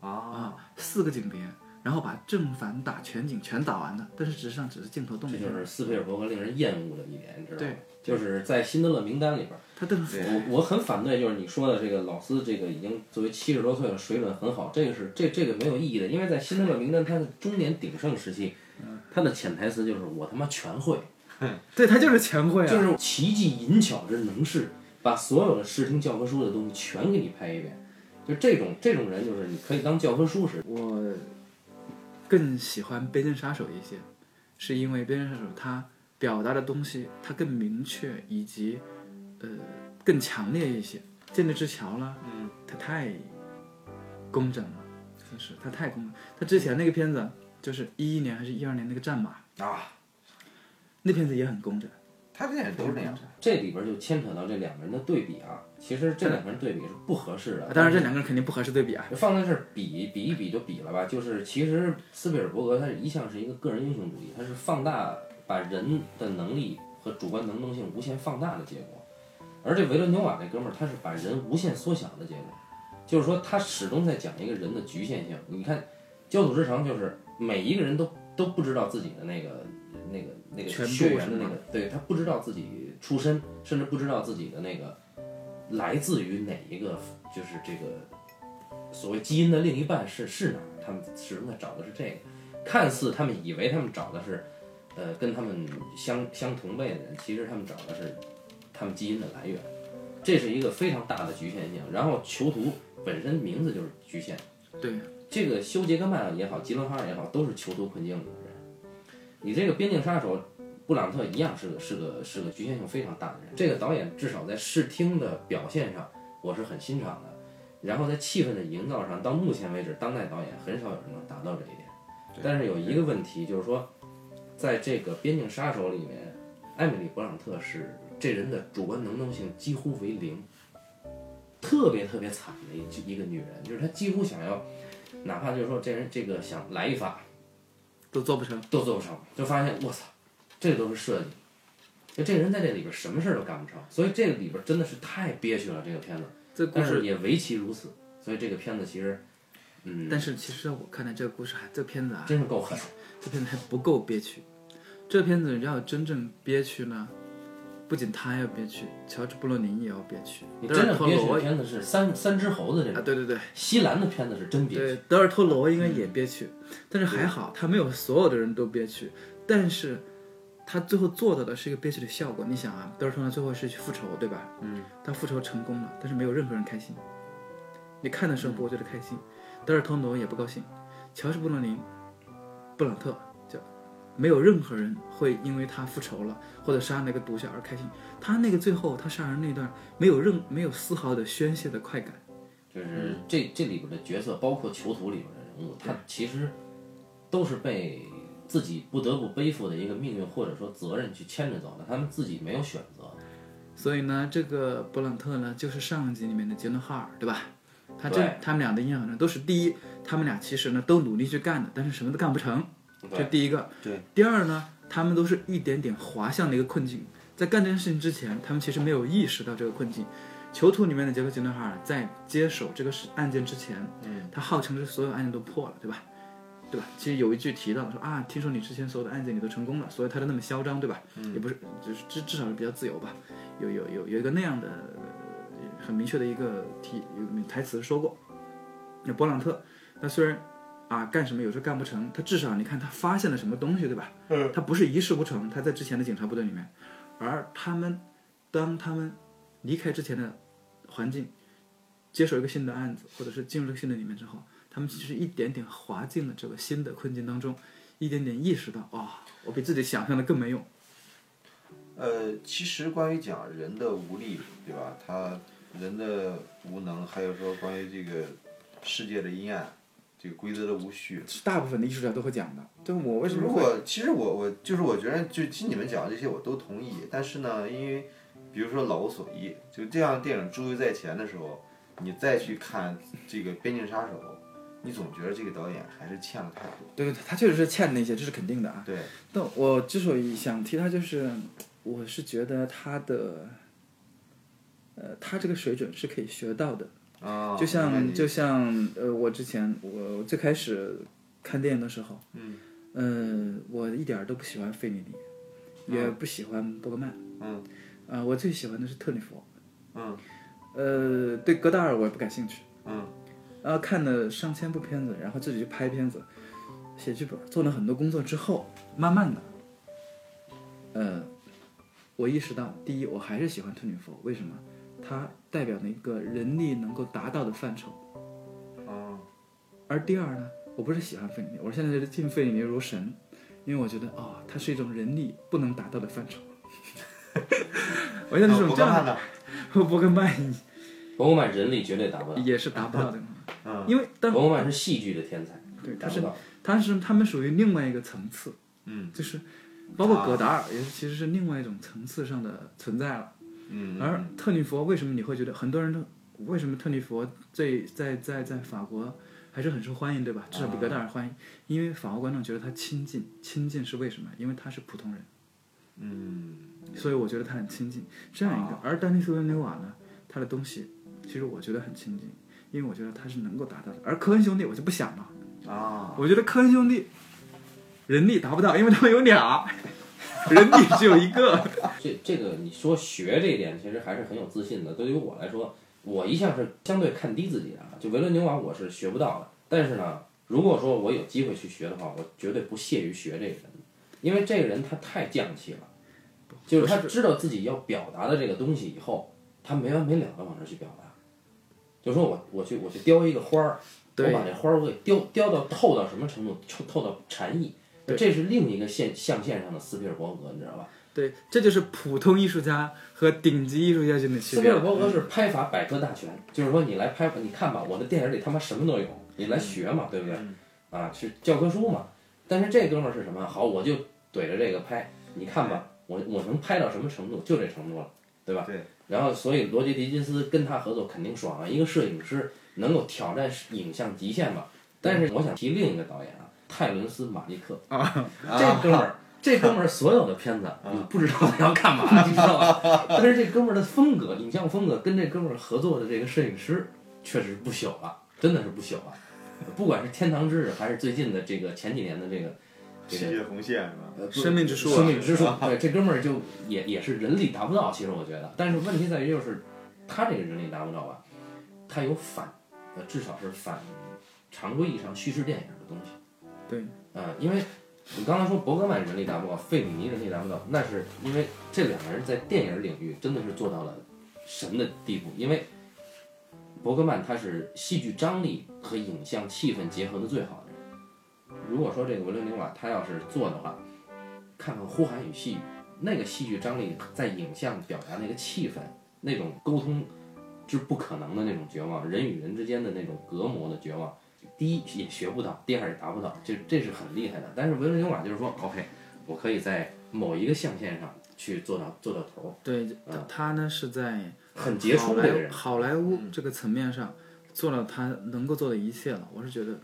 啊，啊，四个景别，然后把正反打全景全打完了，但是实际上只是镜头动这了就一下，是斯皮尔伯格令人厌恶的一点，你知道吗对？就是在《辛德勒名单》里边，他动了我我很反对，就是你说的这个老斯，这个已经作为七十多岁了，水准很好，这个是这这个没有意义的，因为在辛德勒名单他的中年鼎盛时期，嗯他的潜台词就是我他妈全会，对他就是前会啊，就是奇技淫巧之能事，把所有的视听教科书的东西全给你拍一遍，就这种这种人，就是你可以当教科书使。我更喜欢《边境杀手》一些，是因为《边境杀手》它表达的东西它更明确，以及呃更强烈一些。《建立之桥》啦，嗯，它太工整了，真是它太工整。它之前那个片子就是一一年还是一二年那个《战马》，啊，那片子也很工整，他这电影都是那样。这里边就牵扯到这两个人的对比啊，其实这两个人对比是不合适的。啊当然这两个人肯定不合适对比啊。就放在这儿比比一比就比了吧。就是其实斯皮尔伯格他一向是一个个人英雄主义，他是放大把人的能力和主观能动性无限放大的结果。而这维伦纽瓦这哥们儿，他是把人无限缩小的结果，就是说他始终在讲一个人的局限性。你看《焦土之城》，就是每一个人都都不知道自己的那个那个那个全部血缘是的那吗个，对他不知道自己出身，甚至不知道自己的那个来自于哪一个，就是这个所谓基因的另一半是是哪儿，他们始终在找的是这个。看似他们以为他们找的是，呃，跟他们相相同辈的人，其实他们找的是他们基因的来源，这是一个非常大的局限性。然后囚徒本身名字就是局限，对，这个休·杰克曼也好，吉伦哈尔也好，都是囚徒困境里的人。你这个边境杀手布朗特一样是个是个是个局限性非常大的人。这个导演至少在视听的表现上，我是很欣赏的。然后在气氛的营造上，到目前为止，当代导演很少有人能达到这一点。但是有一个问题，就是说，在这个《边境杀手》里面，艾米丽·勃朗特是这人的主观能动性几乎为零，特别特别惨的一一个女人，就是她几乎想要，哪怕就是说这人这个想来一发都做不成。都做不成，就发现我操，这都是设计。就这人在这里边什么事儿都干不成，所以这个里边真的是太憋屈了。这个片子，这故但事，是也唯其如此，所以这个片子其实，嗯，但是其实我看来这个故事还，这片子啊，真是够狠。这片子还不够憋屈。这片子要真正憋屈呢，不仅他要憋屈，乔治·布洛宁也要憋屈。你德真尔正托憋屈的罗片子是三三只猴子这啊，种，对对对西兰的片子是真憋屈。对，德尔托罗应该也憋屈，但是还好他没有所有的人都憋屈，但是他最后做到的是一个憋屈的效果。你想啊，德尔托罗最后是去复仇，对吧？嗯，他复仇成功了，但是没有任何人开心。你看的时候不会觉得开心，德尔托罗也不高兴，乔治·布洛宁、布朗特就没有任何人会因为他复仇了或者杀那个毒枭而开心。他那个最后他杀人那段没有任没有丝毫的宣泄的快感。就是这这里边的角色，包括囚徒里边的人物，他其实都是被自己不得不背负的一个命运或者说责任去牵着走的，他们自己没有选择。所以呢，这个勃朗特呢，就是上一集里面的杰伦哈尔，对吧？他这对他们俩的印象呢，都是第一，他们俩其实呢都努力去干的，但是什么都干不成，这第一个。对。第二呢，他们都是一点点滑向了一个困境，在干这件事情之前，他们其实没有意识到这个困境。囚徒里面的杰克·杰伦哈尔在接手这个事案件之前，嗯，他号称是所有案件都破了，对吧？对吧？其实有一句提到说啊，听说你之前所有的案件你都成功了，所以他就那么嚣张，对吧？也不是，就是至至少是比较自由吧。有有有有一个那样的呃很明确的一个题有台词说过。那勃朗特，那虽然啊干什么有时候干不成，他至少你看他发现了什么东西，对吧？嗯，他不是一事无成，他在之前的警察部队里面，而他们当他们离开之前的环境，接手一个新的案子，或者是进入这个新的里面之后，他们其实一点点滑进了这个新的困境当中，一点点意识到啊、哦，我比自己想象的更没用。呃，其实关于讲人的无力，对吧？他人的无能，还有说关于这个世界的阴暗，这个规则的无序。是大部分的艺术家都会讲的。对我为什么如会果其实我我就是我觉得，就听你们讲的这些我都同意，但是呢，因为比如说《老无所依》，就这样的电影诸位在前的时候，你再去看这个《边境杀手》，你总觉得这个导演还是欠了太多。对对，对他确实是欠那些，这是肯定的啊。对，但我之所以想提他，就是我是觉得他的，呃，他这个水准是可以学到的。就啊、我明白像你就像呃，我之前我我最开始看电影的时候，嗯，呃，我一点儿都不喜欢费米尼，也不喜欢伯格曼，嗯，啊、我最喜欢的是特里弗，嗯，呃，对戈达尔我也不感兴趣，嗯，然后看了上千部片子，然后自己去拍片子，写剧本，做了很多工作之后，慢慢的，呃，我意识到，第一，我还是喜欢特里弗，为什么？它代表了一个人力能够达到的范畴。嗯而第二呢，我不是喜欢费里尼，我现在觉得敬费里尼如神，因为我觉得哦，它是一种人力不能达到的范畴。 我现在是啊种这我样刚看哦的，的，伯格曼伯格曼人力绝对达不到，也是达不到的，嗯因为但伯格曼是戏剧的天才，对，达他不是到。他是他们属于另外一个层次，嗯啊就是包括戈达尔也是其实是另外一种层次上的存在了。嗯，而特里弗为什么你会觉得很多人都为什么特里弗最在在在法国还是很受欢迎，对吧？至少啊比戈达尔欢迎，因为法国观众觉得他亲近，亲近是为什么？因为他是普通人，嗯啊所以我觉得他很亲近。这样一个，而丹尼斯维纽瓦呢，他的东西其实我觉得很亲近，因为我觉得他是能够达到的。而科恩兄弟我就不想了，啊，我觉得科恩兄弟人力达不到，因为他们有俩，人力只有一个。啊这这个你说学这一点，其实还是很有自信的。对于我来说，我一向是相对看低自己的啊，就维伦纽瓦我是学不到的。但是呢，如果说我有机会去学的话，我绝对不屑于学这个人，因为这个人他太犟气了，就是他知道自己要表达的这个东西以后，他没完没了的往这去表达。就说我我去我去雕一个花儿，我对把这花儿我给雕雕到透到什么程度，透透到禅意。这是另一个线象限上的斯皮尔伯格，你知道吧？ 对，这就是普通艺术家和顶级艺术家间的斯区皮别。尔伯格是拍法百科大全，就是说你来拍，你看吧，我的电影里他妈什么都有，你来学嘛，对不对？啊，是教科书嘛。但是这哥们儿是什么？好，我就怼着这个拍，你看吧，我我能拍到什么程度，就这程度了，对吧？对。然后，所以罗杰·狄金斯跟他合作肯定爽啊！一个摄影师能够挑战影像极限嘛。但是我想提另一个导演啊，泰伦斯·马利克，这哥们儿，这哥们儿所有的片子，你不知道他要干嘛，你知道吧？但是这哥们儿的风格，影像风格跟这哥们儿合作的这个摄影师，确实不朽啊，真的是不朽啊！不管是《天堂之日》，还是最近的这个前几年的这个这世个界红线是吧？呃不生命之树啊生命之 树，对，这哥们儿就也也是人力达不到，其实我觉得，但是问题在于就是他这个人力达不到吧，他有反，呃，至少是反呃常规意义上叙事电影的东西。对，呃，因为你刚才说伯格曼人力达不到，费里尼人力达不到，那是因为这两个人在电影领域真的是做到了神的地步，因为伯格曼他是戏剧张力和影像气氛结合的最好的人。如果说这个维伦纽瓦他要是做的话，看看《呼喊与细雨》，那个戏剧张力在影像表达那个气氛，那种沟通之不可能的那种绝望，人与人之间的那种隔膜的绝望，第一也学不到，第二也达不到，这这是很厉害的。但是维伦纽瓦就是说，OK，我可以在某一个象限上去做到做到头儿，对，他他呢是在很嗯杰出好的一个人嗯莱。好莱坞这个层面上做了他能够做的一切了。我是觉得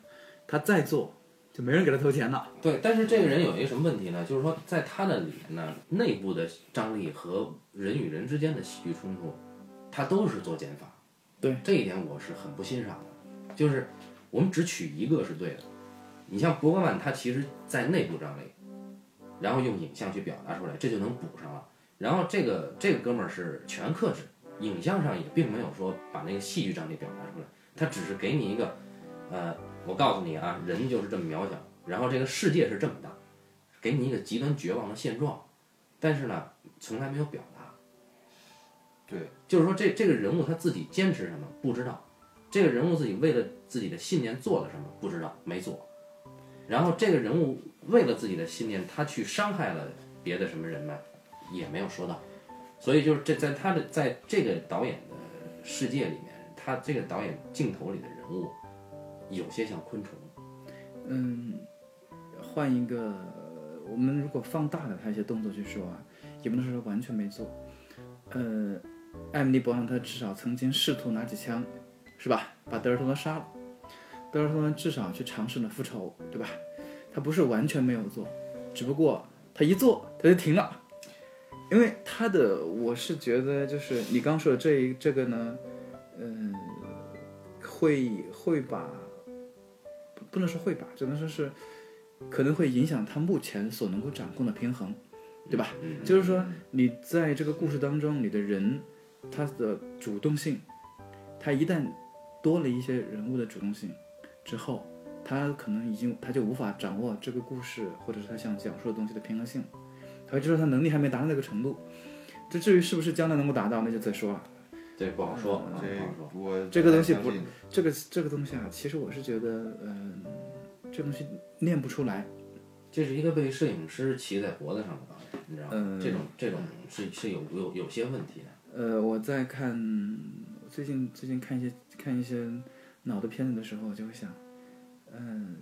他再做就没人给他投钱了。对，但是这个人有一个什么问题呢？就是说，在他的里面呢，内部的张力和人与人之间的喜剧冲突，他都是做减法。对，这一点我是很不欣赏的。就是我们只取一个是对的。你像伯格曼，他其实在内部张力，然后用影像去表达出来，这就能补上了。然后这个这个哥们儿是全克制，影像上也并没有说把那个戏剧张力表达出来，他只是给你一个，呃，我告诉你啊，人就是这么渺小，然后这个世界是这么大，给你一个极端绝望的现状，但是呢，从来没有表达。对，就是说这这个人物他自己坚持什么不知道，这个人物自己为了自己的信念做了什么不知道，没做。然后这个人物为了自己的信念，他去伤害了别的什么人脉，也没有说到。所以就是这在他的在这个导演的世界里面，他这个导演镜头里的人物，有些像昆虫。嗯，换一个，呃我们如果放大了他一些动作去说啊，也不能说完全没做。呃，艾米丽·勃朗特至少曾经试图拿起枪，是吧？把德尔托罗杀了。德尔托罗至少去尝试了复仇，对吧？他不是完全没有做，只不过他一做他就停了，因为他的我是觉得就是你刚说的这一这个呢，嗯、会会把不不能说会吧，只能说是可能会影响他目前所能够掌控的平衡，对吧？嗯就是说，你在这个故事当中，你的人他的主动性，他一旦多了一些人物的主动性之后，他可能已经他就无法掌握这个故事或者是他想讲述的东西的平衡性，他会知道他能力还没达到那个程度。这至于是不是将来能够达到，那就再说了。对，不好说，啊这不好说。我这个东西不不这个这个东西啊，其实我是觉得，嗯、这东西练不出来。这是一个被摄影师骑在脖子上的导演，你知道吗？嗯这种这种是是有有有些问题的。呃，我在看最近最近看一些看一些老的片子的时候，我就会想，嗯、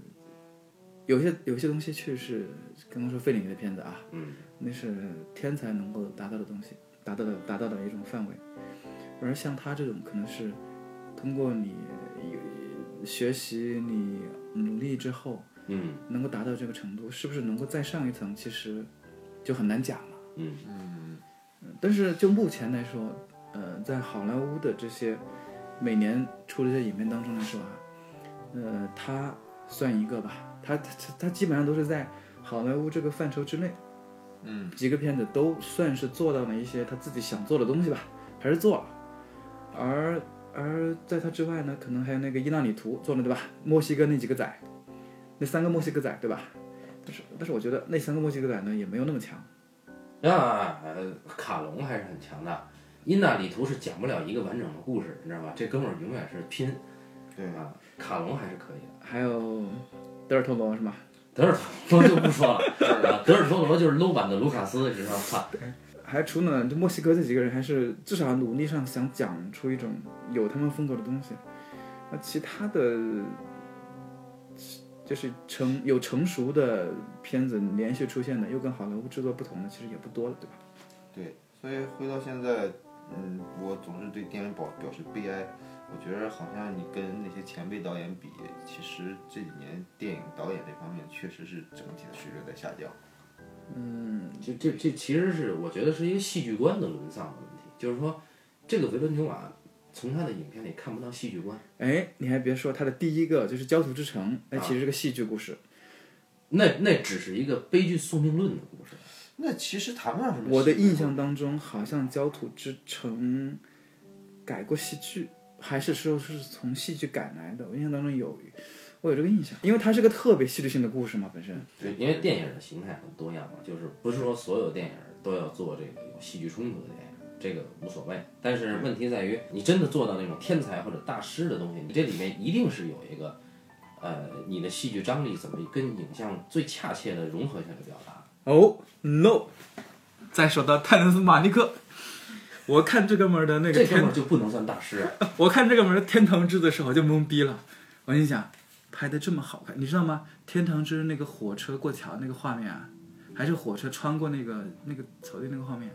有些有些东西确实是刚刚说费里尼的片子啊，嗯，那是天才能够达到的东西，达到的达到的一种范围。而像他这种，可能是通过你有学习、你努力之后，嗯能够达到这个程度，是不是能够再上一层，其实就很难讲了。嗯，但是就目前来说，呃，在好莱坞的这些每年出的这些影片当中来说啊，呃，它算一个吧，它它它它基本上都是在好莱坞这个范畴之内，嗯，几个片子都算是做到了一些他自己想做的东西吧，还是做了。而而在它之外呢，可能还有那个伊纳里图做了对吧？墨西哥那几个仔，那三个墨西哥仔对吧？但是但是我觉得那三个墨西哥仔呢也没有那么强。那呃卡隆还是很强的。因纳里图是讲不了一个完整的故事，你知道吧？这哥们儿永远是拼对啊。卡隆还是可以的，还有德尔托罗是吗？德尔托罗就不 说了，啊，德尔托罗就是 low 版的卢卡斯，你知道吧？还除了就墨西哥这几个人，还是至少努力上想讲出一种有他们风格的东西。那其他的，就是成有成熟的片子连续出现的，又跟好莱坞制作不同的，其实也不多了，对吧？对，所以回到现在，嗯，我总是对电影表表示悲哀。我觉得好像你跟那些前辈导演比，其实这几年电影导演这方面确实是整体的水准在下降。这这这其实是我觉得是一个戏剧观的沦丧的问题，就是说，这个维伦纽瓦从他的影片里看不到戏剧观。哎，你还别说，他的第一个就是《焦土之城》，哎，其实是个戏剧故事。那那只是一个悲剧宿命论的故事，那其实谈不上什么。我的印，象当中，好像《焦土之城》改过戏剧，还是说是从戏剧改来的。我印象当中有，我有这个印象，因为它是个特别戏剧性的故事嘛，本身。对，因为电影的形态很多样嘛，就是不是说所有电影都要做这个有戏剧冲突的电影，这个无所谓。但是问题在于，你真的做到那种天才或者大师的东西，你这里面一定是有一个，呃，你的戏剧张力怎么跟影像最恰切的融合性的表达。哦、no！再说到泰伦斯·马利克，我看这哥们儿的那这个哥们天儿，就不能算大师啊，我看这哥们儿的《天堂之》的时候我就懵逼了。我跟你讲，拍的这么好看，你知道吗？《天堂之》那个火车过桥那个画面啊，还是火车穿过那个那个草地那个画面，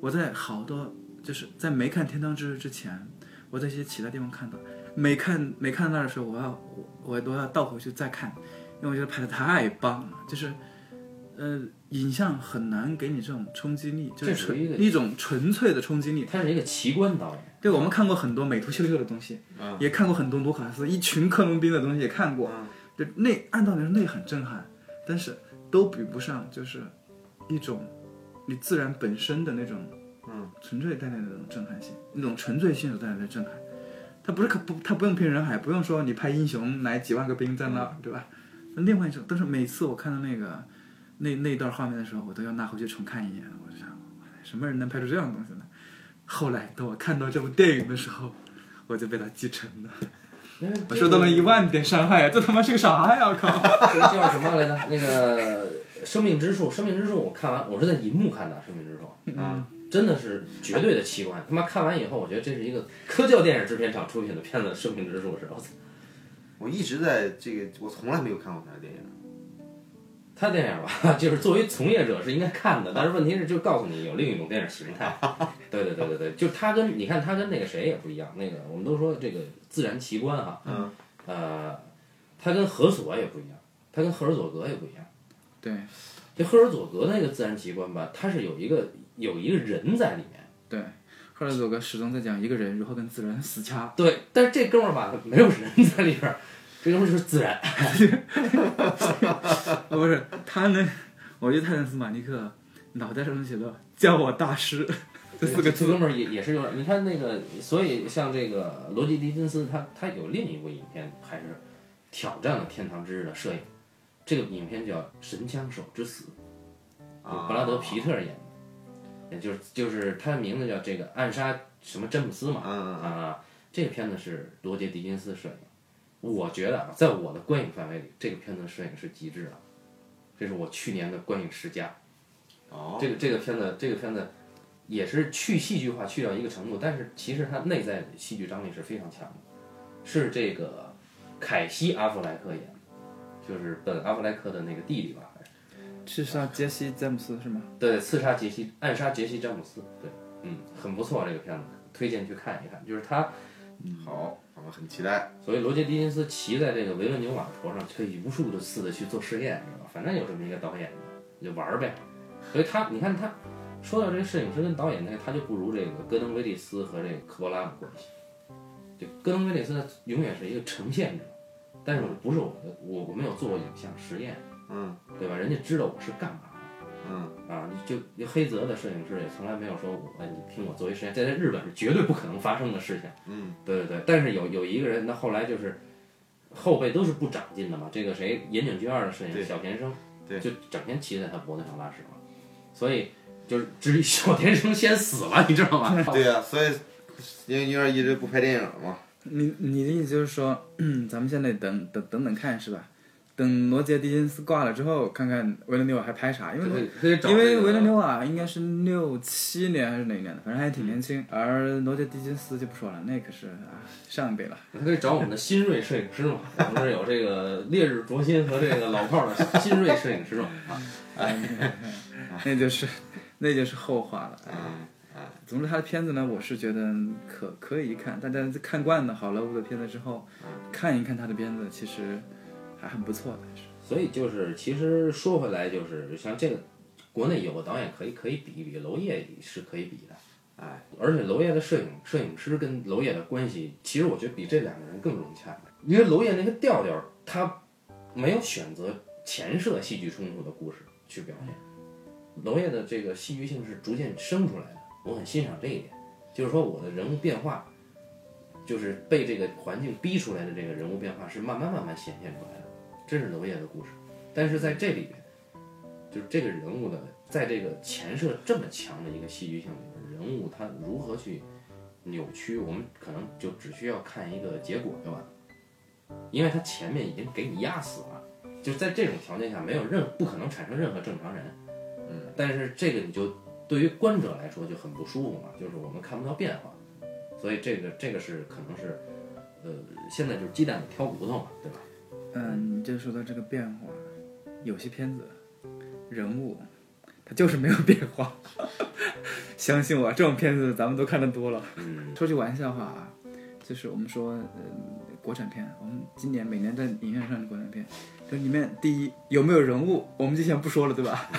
我在好多就是在没看《天堂之》之前，我在一些其他地方看到，没看没看到那儿的时候，我要我我都要倒回去再看，因为我觉得拍的太棒了，就是。呃，影像很难给你这种冲击力，就是这属于一个纯一种纯粹的冲击力。他是一个奇观导演。对，我们看过很多美图秀秀的东西，嗯也看过很多卢卡斯一群克隆兵的东西也看过，就那按道理说那很震撼，但是都比不上就是一种你自然本身的那种，嗯，纯粹带来的那种震撼性，那种纯粹性所带来的震撼。它不是可不，它不用骗人海，不用说你拍英雄来几万个兵在那儿，对吧？那另外一种，但是每次我看到那个那那段画面的时候，我都要拿回去重看一眼，我就想，哇什么人能拍出这样的东西呢？后来等我看到这部电影的时候，我就被他击沉了，我受到了一万点伤害呀！啊这他妈是个啥呀！我靠！这个叫什么来着？那个《生命之树》，《生命之树》我看完，我是在银幕看的，《生命之树》啊，嗯真的是绝对的奇观。他妈看完以后，我觉得这是一个科教电影制片厂出品的片子，《生命之树》是我操，我一直在这个，我从来没有看过他的电影。 他电影吧，就是作为从业者是应该看的，但是问题是就告诉你有另一种电影形态。对对对对对，就他跟你看他跟那个谁也不一样，那个我们都说这个自然奇观哈，嗯，呃，他跟何索也不一样，他跟赫尔佐格也不一样。 对这赫尔佐格那个自然奇观吧，它是有一个有一个人在里面。对，赫尔佐格始终在讲一个人如何跟自然死掐。对，但是这哥们儿吧，没有人在里边儿，这哥们儿就是自然。啊，不是他呢？我觉得泰坦斯马尼克脑袋上写的“叫我大师”这四个这字哥，们儿也也是有点，你看那个，所以像这个罗辑狄金斯，他他有另一部影片还是挑战了《天堂之日》的摄影，这个影片叫《神枪手之死》，啊，布拉德皮特演的，也就是就是他的名字叫这个暗杀什么詹姆斯嘛，嗯嗯啊，这个片子是罗杰·狄金斯摄影，我觉得啊，在我的观影范围里，这个片子的摄影是极致的，这是我去年的观影十佳。哦，这个这个片子，这个片子也是去戏剧化去到一个程度，但是其实它内在的戏剧张力是非常强的，是这个凯西·阿弗莱克演的，就是本·阿弗莱克的那个弟弟吧，还是是杀杰西·詹姆斯是吗？对，刺杀杰西，暗杀杰西·詹姆斯，对，嗯，很不错，这个片子推荐去看一看，就是他。好，我们很期待。所以罗杰·狄金斯骑在这个维伦纽瓦头上，可以无数的次的去做试验，你知道吧？反正有这么一个导演，你就玩儿呗。所以他，你看他说到这个摄影师跟导演那个，他就不如这个戈登·威利斯和这个科波拉的关系。就戈登·威利斯他永远是一个呈现者，但是我不是我的，我我没有做过影像实验，嗯对吧？人家知道我是干嘛的。嗯，啊，你就就黑泽的摄影师也从来没有说我，哎你听我作为实验，这在日本是绝对不可能发生的事情。嗯，对对对。但是有有一个人，他后来就是后辈都是不长进的嘛。这个谁，岩井俊二的摄影对小田生，对就整天骑在他脖子上拉屎嘛。所以就是至于小田生先死了，你知道 吗？ 对呀、所以因为女儿一直不拍电影嘛。 你你的意思就是说，嗯，咱们现在等等等等看是吧？等罗杰·狄金斯挂了之后，看看维伦纽瓦还拍啥，因为对可以找因为这个维伦纽瓦应该是六七年还是哪一年的，反正还挺年嗯轻。而罗杰·狄金斯就不说了，那可是啊上一辈了。可以找我们的新锐摄影师嘛，我们这有这个烈日灼心和这个老炮儿的新锐摄影师嘛啊。 那就是那就是后话了。哎嗯总之，他的片子呢，我是觉得可可以一看。大家看惯了好莱坞的片子之后，看一看他的片子，其实还很不错的。还是所以就是，其实说回来，就是像这个国内有个导演可以可以比一比，娄烨是可以比的。哎，而且娄烨的摄影摄影师跟娄烨的关系，其实我觉得比这两个人更融洽，因为娄烨那个调调，他没有选择前设戏剧冲突的故事去表现，娄烨的这个戏剧性是逐渐生出来的，我很欣赏这一点，就是说我的人物变化，就是被这个环境逼出来的这个人物变化是慢慢慢慢显现出来的，这是娄烨的故事，但是在这里边，就是这个人物的在这个前设这么强的一个戏剧性里边，人物他如何去扭曲，我们可能就只需要看一个结果就完了，因为他前面已经给你压死了，就在这种条件下，没有任不可能产生任何正常人。嗯，但是这个你就对于观者来说就很不舒服嘛，就是我们看不到变化，所以这个这个是可能是，呃，现在就是鸡蛋里挑骨头嘛，对吧？嗯，你就说到这个变化，有些片子人物他就是没有变化。 相信我，这种片子咱们都看得多了。嗯，说句玩笑话啊，就是我们说，嗯，国产片，我们今年每年在影院上的国产片，就里面第一有没有人物，我们之前不说了，对吧？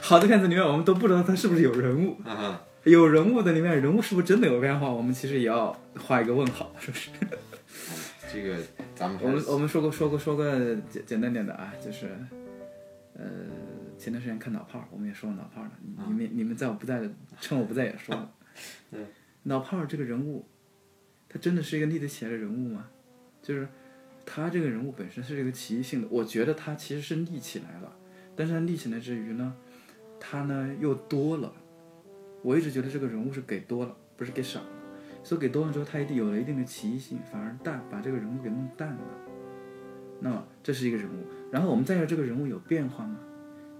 好的片子里面，我们都不知道它是不是有人物，嗯哼，有人物的里面，人物是不是真的有变化，我们其实也要画一个问号，是不是？嗯这个咱们我还们是我们说过说过说个简简单点的啊，就是，呃，前段时间看脑炮儿，我们也说了脑炮儿了，你你们你们在我不在的，趁我不在也说了。 嗯，脑炮儿这个人物，他真的是一个立得起来的人物吗？就是他这个人物本身是一个奇异性的，我觉得他其实是立起来了，但是他立起来之余呢，他呢又多了。我一直觉得这个人物是给多了，不是给少了。所以给多了之后，他一定有了一定的歧义性，反而淡，把这个人物给弄淡了。那么这是一个人物，然后我们再说这个人物有变化吗？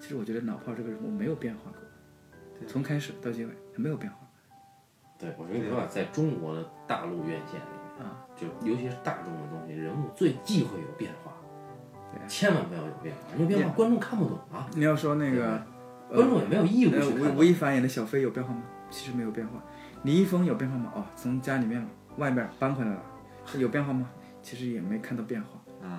其实我觉得脑炮这个人物没有变化过，从开始到结尾他没有变化。对，我觉得你说啊，在中国的大陆院线里面啊，就尤其是大众的东西，人物最忌讳有变化，对啊千万不要有变化，有变化观众看不懂啊，你要说那个，呃观众也没有义务去呃，看吴懂。吴亦凡演的小飞有变化吗？其实没有变化。李易峰有变化吗？哦，从家里面外面搬回来了，有变化吗？其实也没看到变化。嗯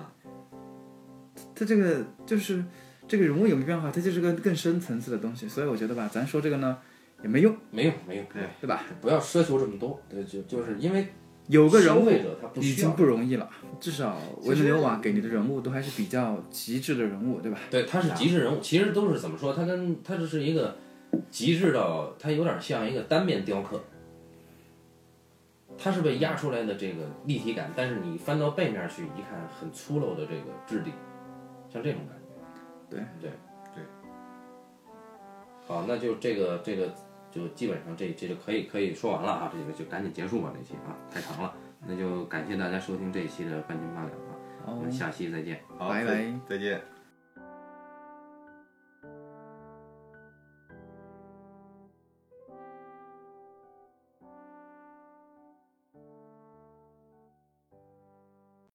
他这个就是这个人物有没有变化，它就是个更深层次的东西。所以我觉得吧，咱说这个呢也没用，没有没有，对对吧？不要奢求这么多，对，就就是因为有个人消物费者他不已需经要，不容易了，至少维其伦实纽瓦给你的人物都还是比较极致的人物，对吧？对，他是极致人物，其实都是怎么说，他跟他就是一个极致到他有点像一个单面雕刻。它是被压出来的这个立体感，但是你翻到背面去一看，很粗陋的这个质地，像这种感觉。对对对。好，那就这个这个就基本上这这就可以可以说完了啊，这个就赶紧结束吧，这期啊太长了，那就感谢大家收听这一期的半斤八两啊，我哦们，下期再见。好，拜再拜再见。